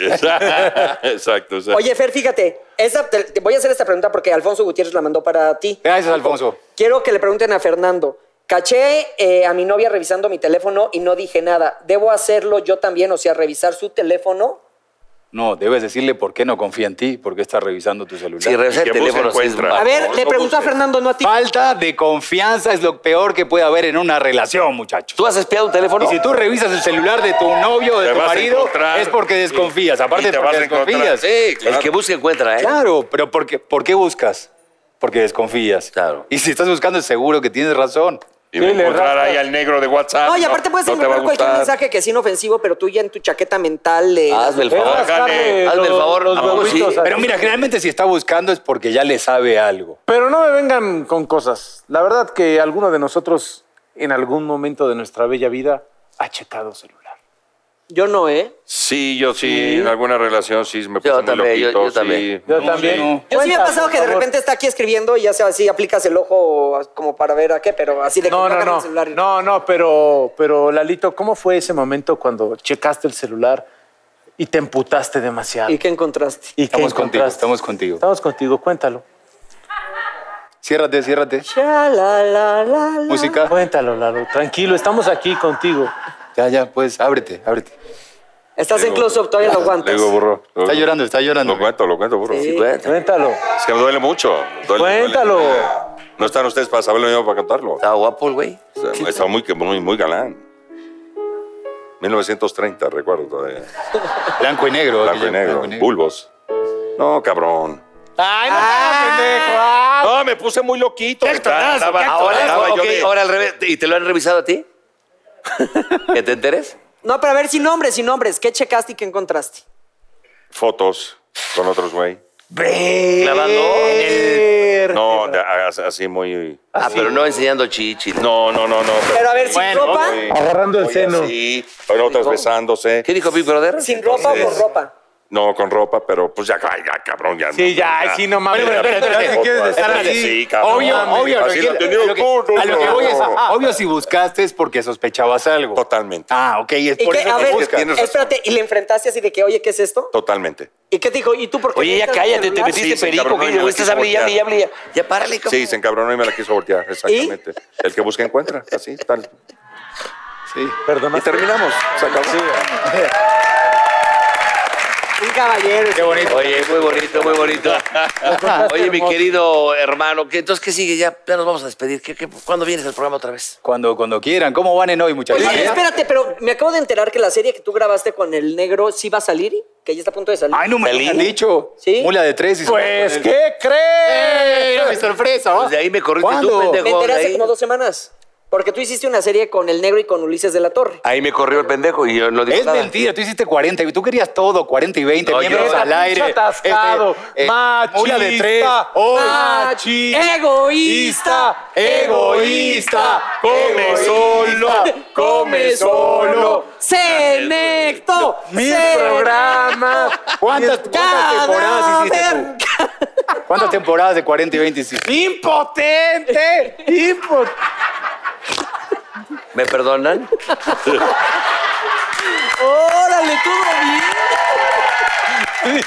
S5: Exacto, exacto.
S1: Oye, Fer, fíjate. esa- te, te voy a hacer esta pregunta porque Alfonso Gutiérrez la mandó para ti.
S6: Gracias, Alfonso.
S1: Quiero que le pregunten a Fernando. Caché eh, a mi novia revisando mi teléfono y no dije nada. ¿Debo hacerlo yo también? O sea, revisar su teléfono.
S6: No, debes decirle por qué no confía en ti, por qué estás revisando tu celular.
S2: Si revisas
S5: Y
S2: el
S5: que
S2: teléfono,
S5: busca,
S2: sí es
S5: encuentra.
S2: malo.
S1: A ver,
S5: no,
S1: le
S5: no
S1: pregunto a
S5: busques.
S1: Fernando, no a ti.
S6: Falta de confianza es lo peor que puede haber en una relación, muchachos.
S2: ¿Tú has espiado un teléfono?
S6: Y si tú revisas el celular de tu novio o de
S5: Te
S6: tu
S5: vas a
S6: marido,
S5: encontrar.
S6: es porque desconfías.
S5: Y-
S6: Aparte,
S5: y te
S6: es porque
S5: vas a encontrar.
S6: desconfías. Eh,
S5: Sí,
S2: El
S5: claro.
S2: que busca encuentra, ¿eh?
S6: Claro, pero ¿por qué, por qué buscas? Porque desconfías.
S2: Claro.
S6: Y si estás buscando, es seguro que tienes razón.
S5: Y me
S3: Sí, le
S5: encontrar
S3: raspas.
S5: ahí al negro de WhatsApp.
S1: No, y aparte puedes
S5: no te va a
S1: encontrar cualquier
S5: gustar.
S1: mensaje que es inofensivo, pero tú ya en tu chaqueta mental le.
S2: Hazme el favor.
S5: Ajá.
S3: Rascarle
S2: Hazme el
S3: los-
S2: favor,
S3: los
S2: ¿a poco sí?
S3: huevitos a-
S6: Pero mira, generalmente si está buscando es porque ya le sabe algo.
S3: Pero no me vengan con cosas. La verdad que alguno de nosotros, en algún momento de nuestra bella vida, ha checado celular.
S1: Yo no, ¿eh?
S5: Sí, yo sí, en alguna relación sí me puse
S2: Yo
S5: muy
S2: también, yo-
S5: loquito,
S2: yo también.
S5: sí.
S3: Yo
S6: No,
S3: también.
S6: sí, no.
S1: Yo sí me ha
S3: Cuenta,
S1: pasado
S3: por
S1: que de
S3: favor.
S1: repente está aquí escribiendo y ya sea así, aplicas el ojo como para ver a qué, pero así de que
S3: No, no,
S1: agarra
S3: no.
S1: el celular. y-
S3: No, no, pero, pero Lalito, ¿cómo fue ese momento cuando checaste el celular y te emputaste demasiado?
S1: ¿Y qué encontraste?
S3: ¿Y qué
S6: Estamos contigo,
S3: encontraste?
S6: estamos contigo.
S3: Estamos contigo, cuéntalo.
S6: Ciérrate, ciérrate.
S1: Sha, la, la, la, la.
S6: Música.
S3: Cuéntalo, Lalo. Tranquilo, estamos aquí contigo.
S6: Ya, ya, pues, ábrete, ábrete.
S1: Estás en close-up, todavía lo
S5: Le
S1: aguantas.
S5: digo, burro. lo-
S6: Está llorando, está llorando.
S5: Lo cuento, lo cuento, burro.
S1: Sí.
S3: Cuéntalo.
S5: Es que me duele mucho. duele, duele.
S3: Cuéntalo.
S5: No están ustedes para saberlo yo para contarlo.
S2: Está guapo el güey.
S5: O sea, Estaba muy, muy, muy galán. 1930, recuerdo todavía.
S6: Blanco y negro.
S5: Blanco y
S6: aquello,
S5: negro, bulbos. No, cabrón.
S3: Ay, no,
S2: Ah,
S3: pendejo.
S5: No, me puse muy loquito. Estaba- estaba-
S2: Ahora,
S5: estaba yo
S2: Ah, ok,
S5: de-
S2: ahora al revés. ¿Y te lo han revisado a ti? ¿Que te enteres?
S1: No, pero a ver, sin nombres, sin nombres. ¿Qué checaste y qué encontraste?
S5: Fotos con otros, güey.
S2: Clavando.
S3: Eh,
S5: No, a-
S3: vértebra.
S5: a- así muy.
S2: Ah, pero no enseñando chichis.
S5: No, no, no, no.
S1: Pero a ver, sin ropa,
S3: Agarrando el
S5: Oye,
S3: seno.
S5: Sí, pero otras besándose.
S2: ¿Qué dijo Big Brother?
S1: sin ropa o con
S5: Entonces-
S1: ropa.
S5: No, con ropa, pero pues ya, ay, ya, cabrón, ya.
S3: Sí, ya, sí, no mames.
S6: Bueno, pero, pero,
S3: Ya
S6: pero,
S3: si quieres
S5: pero,
S3: estar
S5: pero,
S3: así.
S5: sí, cabrón.
S6: Obvio,
S5: No mames,
S6: obvio. lo
S5: así
S6: que
S5: lo
S6: quiero-
S5: entendió
S6: lo que-
S5: tú, no,
S6: a lo que
S5: no,
S6: voy es,
S5: no.
S6: obvio si buscaste es porque sospechabas algo.
S5: Totalmente,
S6: Ah, ok, es
S1: ¿Y
S6: por
S1: qué?
S6: eso
S1: a
S6: que
S1: ver,
S6: buscas.
S5: tienes razón.
S1: espérate, y le enfrentaste así de que, oye, ¿qué es esto?
S5: totalmente.
S1: ¿Y qué te dijo? ¿Y tú por qué?
S2: Oye, ya
S1: estás
S2: cállate, te
S1: celular?
S2: metiste
S5: Sí, se
S2: perico.
S5: encabronó
S2: que
S5: y me la
S2: estás
S5: quiso
S2: hable y hable y
S5: voltear.
S2: hable. Ya, ya párale, cabrón.
S5: Sí, se encabronó y me la quiso voltear, exactamente. El que busca encuentra, así, tal.
S6: Sí.
S5: Y terminamos, se acabó.
S1: Un caballero.
S6: Qué bonito.
S2: Oye, muy bonito, muy bonito. Oye, mi querido hermano, ¿qué, entonces, ¿qué sigue? Ya, ya nos vamos a despedir. ¿Qué, qué, cuándo vienes al programa otra vez?
S6: Cuando, cuando quieran. ¿Cómo van en hoy, muchachos?
S1: Oye, espérate, pero me acabo de enterar que la serie que tú grabaste con el negro sí va a salir, que ya está a punto de salir.
S6: Ay, no me lo han dicho.
S1: Sí.
S6: Mula de tres. Y
S3: Pues, ¿qué crees?
S6: Eh, Era mi sorpresa. ¿va?
S2: Pues de ahí me corriste
S6: ¿Cuándo?
S2: tú, pendejo.
S1: me enteré
S2: de
S1: hace
S2: ahí.
S1: como dos semanas. Porque tú hiciste una serie con el negro y con Ulises de la Torre.
S2: Ahí me corrió el pendejo y yo no dije
S6: Es
S2: nada.
S6: mentira, tú hiciste 40, y- tú querías todo, 40 y 20,
S2: No,
S6: miembros
S2: yo-
S6: al
S3: Pinche
S6: aire.
S3: atascado,
S6: eh, mula de tres,
S3: machista,
S6: hoy.
S3: machi-
S1: Ah, egoísta,
S6: egoísta,
S3: come
S6: egoísta.
S3: solo, come solo.
S1: Senecto,
S3: Mil programas.
S6: ¿Cuántas, cuántas temporadas hiciste
S1: tú?
S6: tú? ¿Cuántas temporadas de 40 y 20 hiciste?
S3: Impotente, impotente.
S2: ¿Me perdonan?
S1: Órale, todo bien.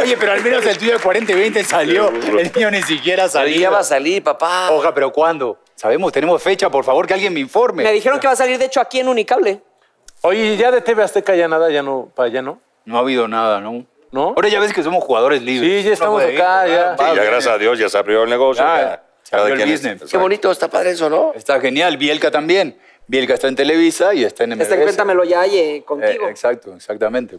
S6: Oye, pero al menos el tuyo de 40 y 20 salió. El mío ni siquiera
S2: Pero
S6: salió.
S2: ya va a salir, papá.
S6: Oja, pero ¿cuándo? Sabemos, tenemos fecha, por favor, que alguien me informe.
S1: Me dijeron que va a salir, de hecho, aquí en Unicable.
S3: Oye, ya de TV Azteca ya nada, ya no, para allá no.
S6: No ha habido nada, ¿no?
S3: ¿No?
S6: Ahora ya ves que somos jugadores libres.
S3: Sí, ya estamos
S6: No puede ir,
S3: acá, ya.
S6: ¿verdad?
S5: Sí,
S6: Va,
S5: ya
S6: viene.
S5: gracias a Dios ya se abrió el negocio.
S6: Ya,
S5: ya.
S6: se
S5: Cada
S6: abrió el
S5: quien es-
S6: business. Qué
S2: Qué
S5: exacto.
S2: bonito, está padre eso, ¿no?
S6: Está genial. Bielka también. Bielka está en Televisa y está en MBS.
S1: Está en Este, Cuéntamelo ya y, eh, contigo.
S6: Eh, exacto, exactamente.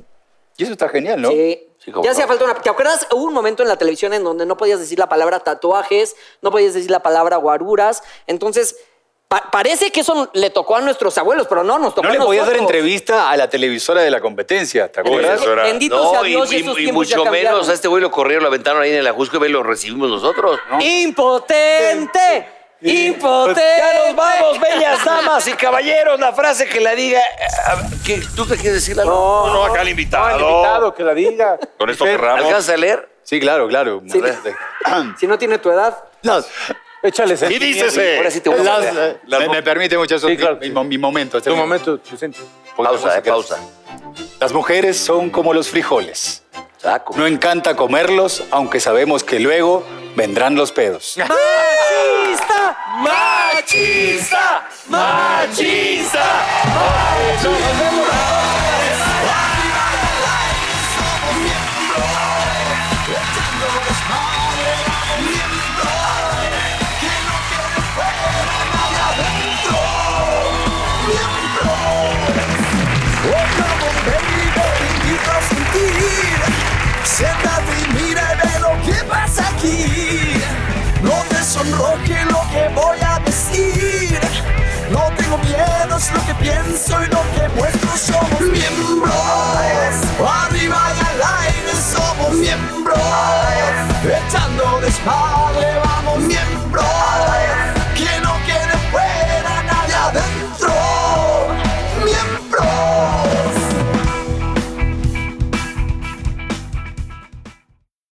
S6: Y eso está genial, ¿no?
S1: Sí.
S2: Sí, cómo
S1: ya
S2: no.
S1: hacía falta una. ¿Te acuerdas? Hubo un momento en la televisión en donde no podías decir la palabra tatuajes, no podías decir la palabra guaruras. Entonces, pa- parece que eso le tocó a nuestros abuelos, pero no, nos tocó
S6: No le
S1: a
S6: podías dar
S1: nosotros.
S6: entrevista a la televisora de la competencia, ¿te
S5: Uy,
S6: acuerdas?
S5: eso era-
S1: Bendito sea
S2: No, y,
S1: Dios,
S2: y-
S1: esos
S2: y
S1: tiempos ya
S2: mucho
S1: cambiaron.
S2: menos a este güey lo corrieron, lo aventaron ahí en el ajusco y lo recibimos nosotros.
S1: ¡Impotente! ¡Impotente!
S2: Ya nos vamos, bellas damas y caballeros. La frase que la diga. eh, ¿qué? ¿Tú te quieres decirla? No.
S5: No, no, acá el
S3: Ah, el
S5: invitado.
S3: invitado, que la diga.
S5: Con esto
S3: Fer,
S5: cerramos.
S2: ¿Alcanza a leer?
S6: Sí, claro, claro.
S1: Si no tiene tu edad,
S2: Ah.
S6: Las-
S3: Échales
S5: Y dícese.
S2: Ahora sí te voy a
S6: las-
S2: poner.
S6: me, me permite, muchachos,
S3: Sí, claro,
S6: mi,
S3: sí.
S6: mi- mi momento. este
S3: Tu
S6: mi-
S3: momento, Chusente.
S6: porque
S2: Pausa, eh,
S6: vamos a-
S2: pausa.
S6: Las mujeres son como los frijoles.
S2: Saco.
S6: No encanta comerlos, aunque sabemos que luego vendrán los pedos.
S1: ¡Machista!
S2: ¡Machista! ¡Machista!
S9: Siéntate y mira y ve lo que pasa aquí. No te sonroje lo que voy a decir. No tengo miedo, es lo que pienso y lo que muestro. Somos miembros. Arriba y al aire somos miembros. Echando de espalda, vamos miembros.